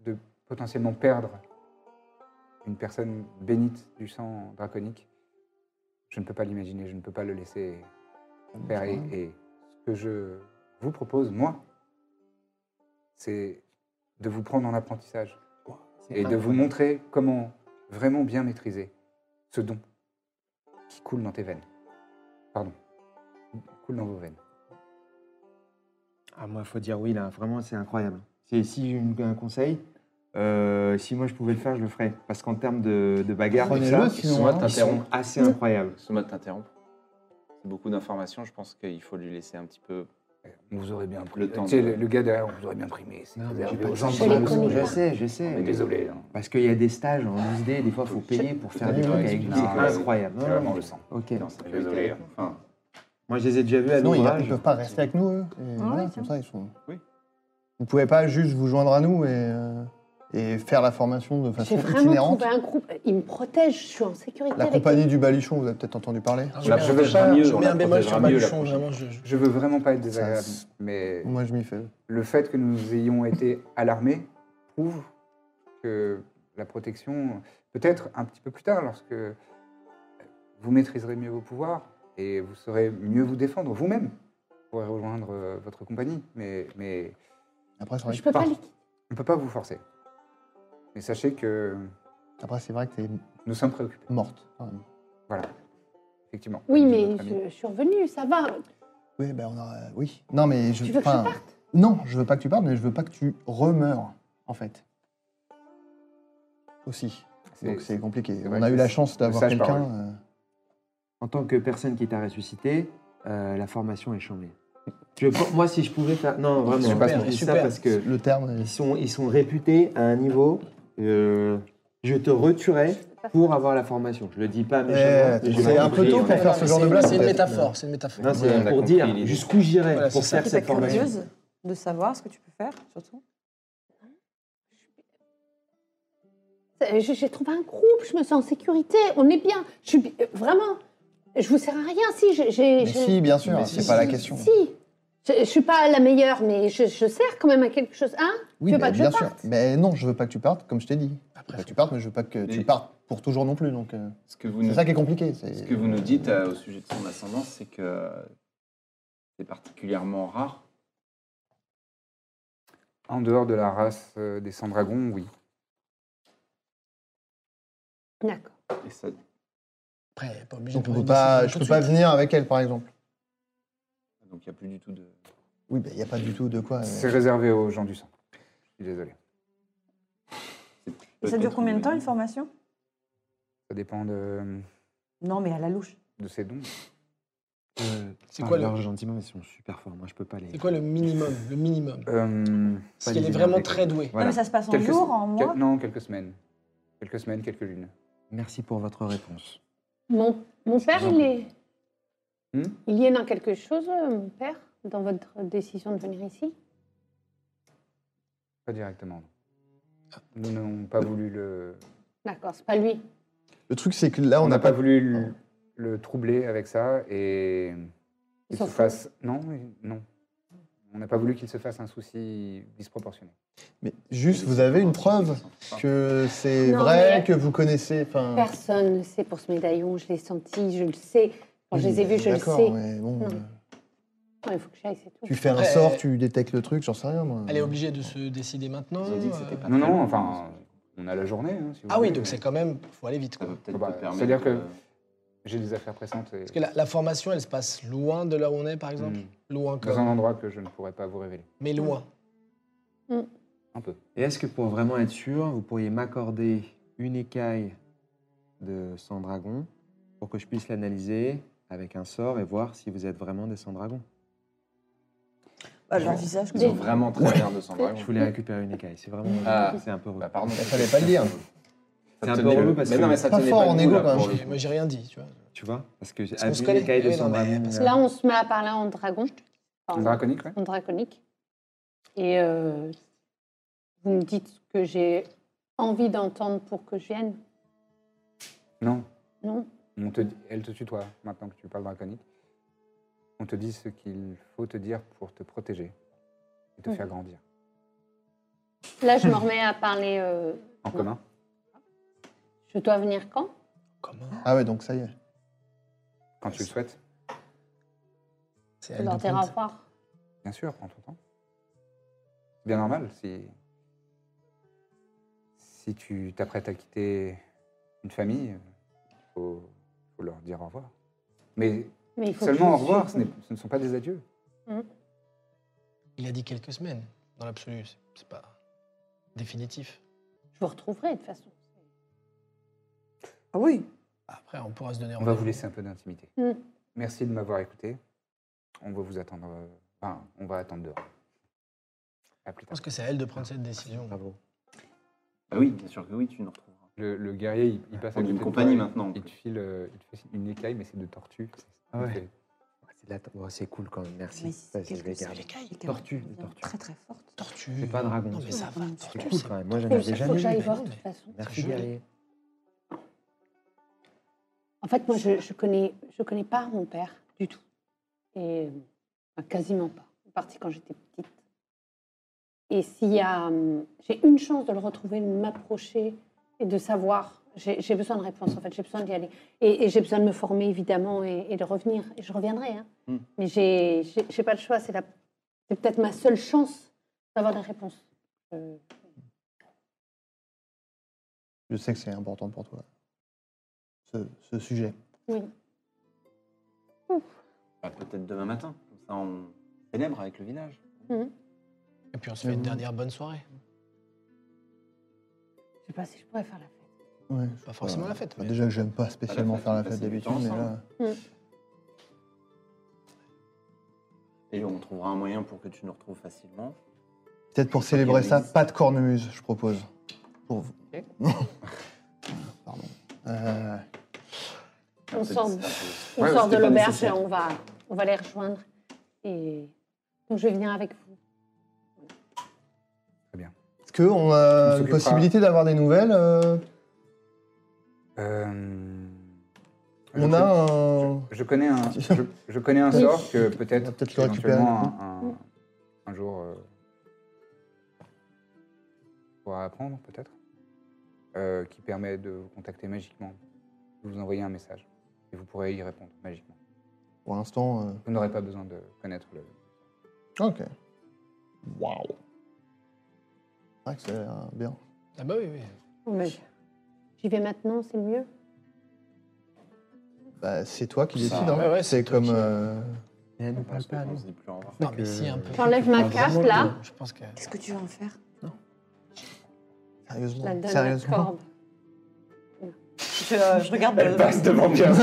S2: de potentiellement perdre une personne bénite du sang draconique, je ne peux pas l'imaginer, je ne peux pas le laisser faire. Et, et ce que je vous propose, moi, c'est de vous prendre en apprentissage et de vous montrer comment vraiment bien maîtriser ce don qui coule dans tes veines. Pardon, coule dans vos veines.
S6: Ah, moi, il faut dire oui, là. Vraiment, c'est incroyable. C'est si j'ai une- un conseil. euh, si moi je pouvais le faire, je le ferais. Parce qu'en termes de, de bagarre, tout
S5: Prenez-le,
S6: ça,
S5: sinon,
S6: ils sont-
S5: hein.
S6: ils sont assez incroyables.
S3: Excuse-moi de t'interrompre. C'est beaucoup d'informations, je pense qu'il faut lui laisser un petit peu
S2: Vous aurez bien pris.
S6: Le temps
S2: Tu sais,
S6: de-
S2: le, le gars derrière, vous aurez bien primé. C'est
S6: Non, mais
S2: réservé
S6: tu veux
S2: aux
S6: que
S2: gens
S6: je
S2: qui
S6: sais,
S2: sont-
S6: je sais, je sais.
S2: On est désolé. hein.
S6: Parce qu'il y a des stages en 10D, des fois, il faut payer pour faire des
S2: Ouais,
S6: trucs
S2: ouais,
S6: avec
S2: c'est
S6: des
S2: clair.
S6: incroyables.
S2: C'est
S6: Non,
S2: vraiment
S6: non,
S2: le sang.
S6: Ok.
S2: Désolé. hein.
S6: Moi, je les ai déjà vus à
S5: Sinon, ils
S6: l'ouvrage.
S5: ne peuvent pas rester avec nous, eux. Et
S8: Ah
S5: voilà, comme ça, ils sont...
S3: Oui.
S5: Vous pouvez pas juste vous joindre à nous et, euh, et faire la formation de
S8: J'ai
S5: façon
S8: vraiment
S5: itinérante
S8: trouvé un groupe. Ils me protègent, je suis en sécurité.
S5: La
S8: avec
S5: compagnie du Baluchon, vous avez peut-être entendu parler.
S2: Je la protégera mieux. on
S4: mets
S2: la
S4: un bémol
S2: protégera
S4: sur
S2: mieux, la
S4: Baluchon,
S2: prochaine.
S4: vraiment. Je... je-
S2: Je veux vraiment pas être
S5: Ça,
S2: désagréable,
S5: c'est-
S2: mais
S5: Moi, je m'y fais.
S2: le fait que nous ayons été alarmés prouve que la protection, peut-être un petit peu plus tard, lorsque vous maîtriserez mieux vos pouvoirs et vous saurez mieux vous défendre vous-même, vous pourrez rejoindre euh, votre compagnie. Mais, mais
S5: Après, c'est vrai
S8: Je
S5: que-
S8: peux pas
S2: Pardon.
S8: les
S2: on ne peut pas vous forcer. Mais sachez que
S5: Après, c'est vrai que t'es
S2: nous sommes préoccupés.
S5: morte. quand même.
S2: Voilà, effectivement.
S8: Oui,
S2: comme dit
S8: mais
S2: notre ami.
S8: je, je suis revenue, ça va.
S5: Oui, ben on a... Oui. Non, mais je...
S8: Tu veux que je
S5: enfin,
S8: parte
S5: Non, je veux pas que tu partes, mais je veux pas que tu remeures, en fait. Aussi.
S2: C'est-
S5: Donc c'est compliqué.
S2: c'est vrai
S5: On a
S2: que
S5: eu la
S2: c'est-
S5: chance
S2: le
S5: d'avoir
S2: sage
S5: quelqu'un...
S2: parole.
S5: euh,
S6: En tant que personne qui t'a ressuscité, euh, la formation est chambée. Je pense- moi, si je pouvais faire. Non, vraiment,
S5: Super,
S6: je dis ça
S5: super.
S6: parce que
S5: euh, Le terme...
S6: ils sont, ils sont réputés à un niveau. euh, je te retuerais pour avoir la formation. Je le dis pas méchamment.
S5: Eh,
S6: mais je
S5: c'est
S6: l'ai
S5: un peu
S6: compris,
S5: tôt
S6: ouais.
S5: pour faire ce genre de blague.
S4: C'est une
S5: peut-être.
S4: métaphore, c'est une métaphore.
S6: Non,
S3: Ouais, on
S6: c'est
S3: a
S6: pour
S3: compris
S6: dire
S3: l'idée.
S6: jusqu'où j'irai
S4: Voilà,
S6: pour
S4: c'est ça.
S6: faire
S7: Tu pas
S6: cette formation.
S7: curieuse de savoir ce que tu peux faire, surtout
S8: C'est- je- J'ai trouvé un groupe, je me sens en sécurité, on est bien. Je suis bi- euh, vraiment, je vous sers à rien si j'ai- j'ai.
S5: Mais
S8: j'ai-
S5: si, bien sûr,
S8: Mais
S5: c'est
S8: si,
S5: pas la
S8: si,
S5: question.
S8: Si, je, je suis pas la meilleure, mais je, je sers quand même à quelque chose. Hein
S5: Oui,
S8: Tu veux
S5: mais
S8: pas que je
S5: bien sûr.
S8: parte
S5: Mais non, je veux pas que tu partes, comme je t'ai dit. Je veux pas que tu partes, mais je veux pas que tu
S3: Mais-
S5: partes pour toujours non plus. Donc euh,
S3: Ce que vous
S5: c'est
S3: nous-
S5: ça qui est compliqué. c'est-
S3: Ce que vous nous dites euh, au sujet de son ascendance, c'est que c'est particulièrement rare.
S2: En dehors de la race euh, des sans-dragons, oui.
S8: D'accord.
S3: Et ça,
S4: Après, pas obligé
S5: Donc
S4: de
S5: on
S4: prendre
S5: peut
S4: une
S5: pas,
S4: décision
S5: je
S4: tout
S5: peux
S4: de
S5: pas
S4: suite.
S5: venir avec elle, par exemple.
S3: donc il n'y a plus du tout de.
S5: Oui, il n'y a pas du tout de
S8: Ah
S5: quoi. euh,
S2: C'est réservé aux gens du sang. Je suis désolé.
S7: Et ça dure combien de temps, une formation
S2: Ça dépend de,
S7: Non, mais à la louche.
S2: de ses dons.
S6: Euh,
S4: C'est quoi le-
S6: leur gentiment, ils sont super forts. Moi, je peux pas les.
S4: C'est quoi le minimum Le minimum
S2: Euh,
S4: Si elle est vraiment très douée.
S7: Non, mais ça se passe en
S2: Quelques-
S7: jours, en
S2: quel-
S7: mois
S2: Non, quelques semaines. Quelques semaines, quelques lunes.
S6: Merci pour votre réponse.
S8: Mon, mon père, il est.
S2: Hmm
S8: il y est dans quelque chose, euh, mon père, dans votre décision de venir ici
S2: Pas directement. Nous n'avons pas voulu le.
S8: D'accord, c'est pas lui.
S5: Le truc, c'est que là,
S2: On
S5: on
S2: n'a
S5: n'a
S2: pas voulu le, le troubler avec ça et
S8: Il
S2: qu'il
S8: s'en
S2: se
S8: fout.
S2: fasse. Non, oui, non. On n'a pas voulu qu'il se fasse un souci disproportionné.
S5: Mais juste, vous avez une preuve que c'est
S8: Non,
S5: vrai,
S8: mais-
S5: que vous connaissez. Enfin,
S8: Personne ne sait pour ce médaillon, je l'ai senti, je le sais. Quand je les ai
S5: oui,
S8: vus, je le
S5: d'accord,
S8: sais. Hmm.
S5: mais bon,
S8: Non.
S5: euh,
S8: Ouais, Il faut que j'aille, c'est tout.
S5: tu fais un
S4: Après,
S5: sort,
S4: euh,
S5: tu détectes le truc, j'en sais rien. Moi.
S4: Elle est obligée de se décider maintenant.
S3: Ils ont dit que c'était
S4: euh,
S3: pas
S2: Non,
S3: très
S2: non,
S3: long,
S2: enfin, on a la journée. hein, si vous
S4: Ah oui,
S2: voulez,
S4: donc
S2: mais-
S4: c'est quand même, faut aller vite.
S3: Ça
S4: Quoi.
S3: peut peut-être
S2: Bah,
S3: te permettre.
S2: c'est-à-dire que-
S3: euh,
S2: J'ai des affaires pressantes. Et...
S4: Parce que la, la formation, elle se passe loin de là où on est, par exemple.
S2: Mm.
S4: Loin
S2: Dans
S4: comme,
S2: un endroit que je ne pourrais pas vous révéler.
S4: mais loin.
S2: Un peu.
S6: Et est-ce que pour vraiment être sûr, vous pourriez m'accorder une écaille de sang dragon pour que je puisse l'analyser avec un sort et voir si vous êtes vraiment des sang dragons
S7: Bah, J'envisage que
S3: Ils ont vraiment très bien de sang dragon.
S6: Je voulais récupérer une écaille. C'est vraiment.
S3: Ah.
S6: C'est un peu. relou.
S3: Bah, pardon.
S5: Il fallait pas le dire.
S6: C'est un
S3: tenait
S6: peu
S3: le-
S6: relou parce
S3: mais
S6: que-
S3: non, mais ça
S5: Pas
S3: tenait
S5: fort
S3: pas
S5: en
S3: le coup,
S5: égo,
S3: là,
S5: quand même.
S3: pour le
S4: J'ai-
S3: coup.
S4: Moi, j'ai rien dit, tu vois.
S6: Tu vois Parce que j'ai
S4: Parce qu'on se
S6: une
S4: connaît.
S6: écaille de
S4: Eh oui,
S6: sang
S4: non, mais
S6: dragon.
S4: parce
S6: euh,
S8: Là, on se met à parler en dragon. Enfin,
S2: Draconique, ouais.
S8: en draconique. Et euh, vous me dites ce que j'ai envie d'entendre pour que je vienne,
S2: Non.
S8: non
S2: On te, dit- elle te tutoie maintenant que tu parles draconique. On te dit ce qu'il faut te dire pour te protéger et te
S8: Mhm.
S2: faire grandir.
S8: Là, je me remets à parler. euh,
S2: En commun.
S8: je dois venir quand
S4: Comment
S5: Ah ouais, donc ça y est.
S2: Quand tu le souhaites,
S4: C'est
S8: Je
S4: elle
S8: leur
S4: de
S8: dire au
S4: compte.
S8: revoir.
S2: bien sûr, prends ton temps. C'est bien normal si. Si tu t'apprêtes à quitter une famille, il faut, faut leur dire au revoir. Mais
S8: Mais il faut
S2: seulement au
S8: que je-
S2: revoir, ce, n'est- ce ne sont pas des adieux.
S4: Il a dit quelques semaines, dans l'absolu. c'est- C'est pas définitif.
S8: Je vous retrouverai de toute façon.
S7: Ah oui
S4: Après, on pourra se donner
S2: On va
S4: rendez-vous.
S2: vous laisser un peu d'intimité.
S8: Mm.
S2: Merci de m'avoir écouté. On va vous attendre euh, Enfin, on va attendre dehors. À plus
S4: Je
S2: tard.
S4: pense que c'est à elle de prendre cette décision.
S2: Bravo.
S3: Bah oui, bien sûr que oui, tu nous retrouves.
S2: Le, le guerrier, il, il passe
S3: On
S2: à
S3: est
S2: côté
S3: une
S2: de
S3: compagnie
S2: toi,
S3: maintenant, en
S2: Il, il te file euh, il te fait une écaille, mais c'est de tortue.
S6: Ah ouais.
S2: Il fait-
S6: C'est de la- bon, c'est cool quand même, merci.
S7: Mais
S6: Ça,
S7: c'est
S6: je
S7: quelque
S6: vais
S7: chose
S6: garder.
S7: d'écaille, quand même.
S6: Tortue, des tortues.
S7: Très très forte.
S4: Tortue.
S6: C'est pas dragon.
S4: Non, mais ça va.
S6: C'est
S4: Tortue,
S6: cool
S4: c'est
S6: quand même. Moi,
S8: Il
S6: j'en
S8: faut
S6: avais
S8: que
S6: jamais
S8: j'aille
S6: vu.
S8: voir de toute façon.
S6: Merci,
S4: joli.
S6: guerrier.
S8: En fait, moi, je, je connais, je connais pas mon père du tout, et enfin, quasiment pas. Il est parti quand j'étais petite. Et s'il y a, hum, j'ai une chance de le retrouver, de m'approcher et de savoir. J'ai j'ai besoin de réponses. En fait, j'ai besoin d'y aller, et, et j'ai besoin de me former évidemment et, et de revenir. Et je reviendrai, hein.
S3: Mm.
S8: mais j'ai, j'ai j'ai pas le choix. C'est la, c'est peut-être ma seule chance d'avoir des réponses. Euh,
S5: Je sais que c'est important pour toi, ce, ce sujet.
S8: oui.
S3: Bah, Peut-être demain matin. Comme ça, on célèbre avec le village.
S4: Et puis on se fait une dernière bonne soirée.
S8: Je sais pas si je pourrais faire la fête.
S5: Ouais,
S4: Pas forcément la fête,
S5: Bah,
S4: mais-
S5: Déjà que j'aime pas spécialement
S3: fête,
S5: faire la
S3: passer
S5: fête
S3: du
S5: d'habitude,
S3: temps
S5: mais là.
S4: hein.
S3: ensemble. Et on trouvera un moyen pour que tu nous retrouves facilement.
S5: Peut-être pour célébrer ça, pas de cornemuse, je propose. Pour vous. Pardon. Euh,
S8: On sort, on
S5: Ouais,
S8: sort de
S5: c'était pas
S8: l'auberge et
S5: nécessaire.
S8: on va, on va les rejoindre. Et donc je viens avec vous.
S5: Est-ce
S2: On
S5: qu'on a une
S2: s'occupera.
S5: possibilité d'avoir des nouvelles euh,
S2: Euh,
S5: On
S2: je-
S5: a un.
S2: Je connais un, je, je connais un sort que peut-être
S5: peut-être le récupérer.
S2: éventuellement, un, un- un jour euh, on pourra apprendre peut-être, euh, qui permet de vous contacter magiquement. Je vais vous envoyer un message et vous pourrez y répondre magiquement.
S5: Pour l'instant. euh,
S2: Vous n'aurez pas besoin de connaître le.
S5: Ok. Waouh. C'est vrai que ça a l'air bien.
S4: Ah bah oui, oui.
S8: Mais J'y vais maintenant, c'est mieux.
S5: Bah, c'est toi qui
S4: Ça,
S5: décides. hein.
S4: ouais, ouais,
S5: c'est comme. euh,
S6: Mais elle ne parle
S3: Parce
S6: pas,
S3: qu'on
S6: non.
S3: se dit plus au revoir.
S4: Non, mais si, un peu.
S8: J'enlève ma carte là,
S4: Je pense que.
S7: Qu'est-ce que tu vas en faire
S8: je
S5: Sérieusement.
S8: la donne à
S5: Sérieusement.
S8: corde.
S7: je, euh, je regarde. le-
S2: devant bien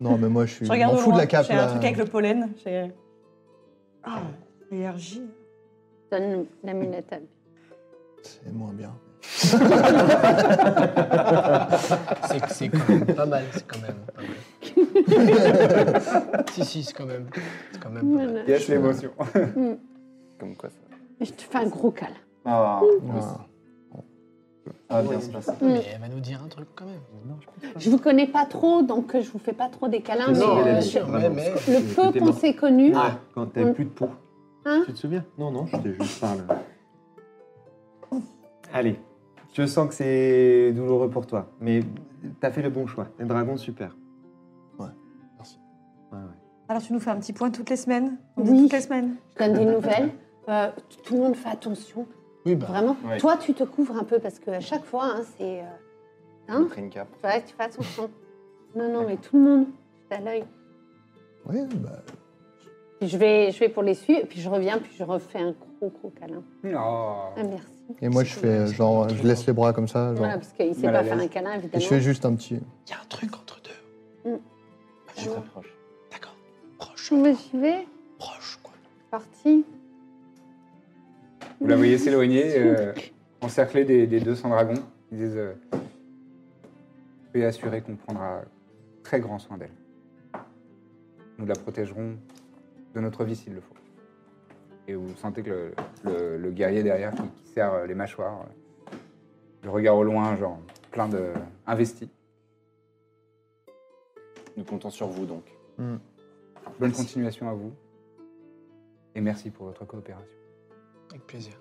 S5: Non, mais moi, je suis.
S7: Je
S5: Je
S7: regarde
S5: m'en
S7: au
S5: fous de
S7: loin.
S5: la cape.
S7: J'ai un
S5: Là.
S7: truc avec le pollen. j'ai- Ah, l'allergie.
S8: Donne l'amulette à
S5: C'est moins bien.
S4: C'est- C'est quand même pas mal, c'est quand même. pas mal. si, si, c'est quand même. C'est quand même. pas mal.
S8: Voilà. Mm.
S2: Yes, l'émotion.
S3: Comme quoi ça va.
S8: Je te fais un gros câlin.
S3: Ah,
S5: Ah.
S3: ça va bien se passer.
S4: Mais elle va nous dire un truc quand même.
S8: Je vous connais pas trop, donc euh, je vous fais pas trop des câlins.
S6: Non,
S8: mais,
S6: elle
S8: euh,
S6: est
S4: bien sûr, ouais, mais.
S8: le peu
S6: T'es
S8: qu'on
S6: mort.
S8: s'est connus,
S6: Ah, quand t'avais
S8: Mm.
S6: plus de peau.
S8: Hein
S6: tu te souviens Non, non, je te juste parle. Allez, je sens que c'est douloureux pour toi, mais t'as fait le bon choix. Les dragons, super.
S5: Ouais, merci.
S6: Ouais, ouais.
S7: Alors tu nous fais un petit point toutes les semaines On
S8: Oui.
S7: dit toutes les semaines.
S8: je donne des nouvelles. Euh, t- tout le monde fait attention,
S4: Oui, bah.
S8: vraiment.
S3: Ouais.
S8: Toi, tu te couvres un peu parce qu'à chaque fois, hein, c'est. euh,
S3: On
S8: hein,
S3: crée une cape.
S8: Ouais, tu fais attention. Non, non, mais tout le monde, c'est à l'œil.
S5: Oui, bah.
S8: Puis Je vais, je vais pour les suivre, puis je reviens, puis je refais un gros, gros câlin.
S2: Non.
S8: Ah, merci.
S5: Et moi, je fais euh, genre, je laisse les bras comme ça. Genre,
S8: Voilà, parce qu'il ne sait
S2: Mal
S8: pas
S2: à
S8: faire
S2: l'aise.
S8: un câlin,
S5: et
S8: évidemment.
S5: je fais juste un petit.
S4: Il y a un truc entre deux.
S3: Je t'approche.
S4: D'accord. Proche,
S8: Bon, bah, J'y vais,
S4: proche, quoi.
S8: c'est parti.
S2: Vous la voyez s'éloigner, euh, encerclée des, des 200 dragons. Ils disent euh, Je peux assurer qu'on prendra très grand soin d'elle. Nous la protégerons de notre vie s'il le faut. Et vous sentez que le, le- le guerrier derrière qui, qui serre euh, les mâchoires, euh, le regard au loin, genre plein de. investi.
S3: Nous comptons sur vous donc.
S2: Bonne continuation à vous. Et merci pour votre coopération.
S4: Avec plaisir.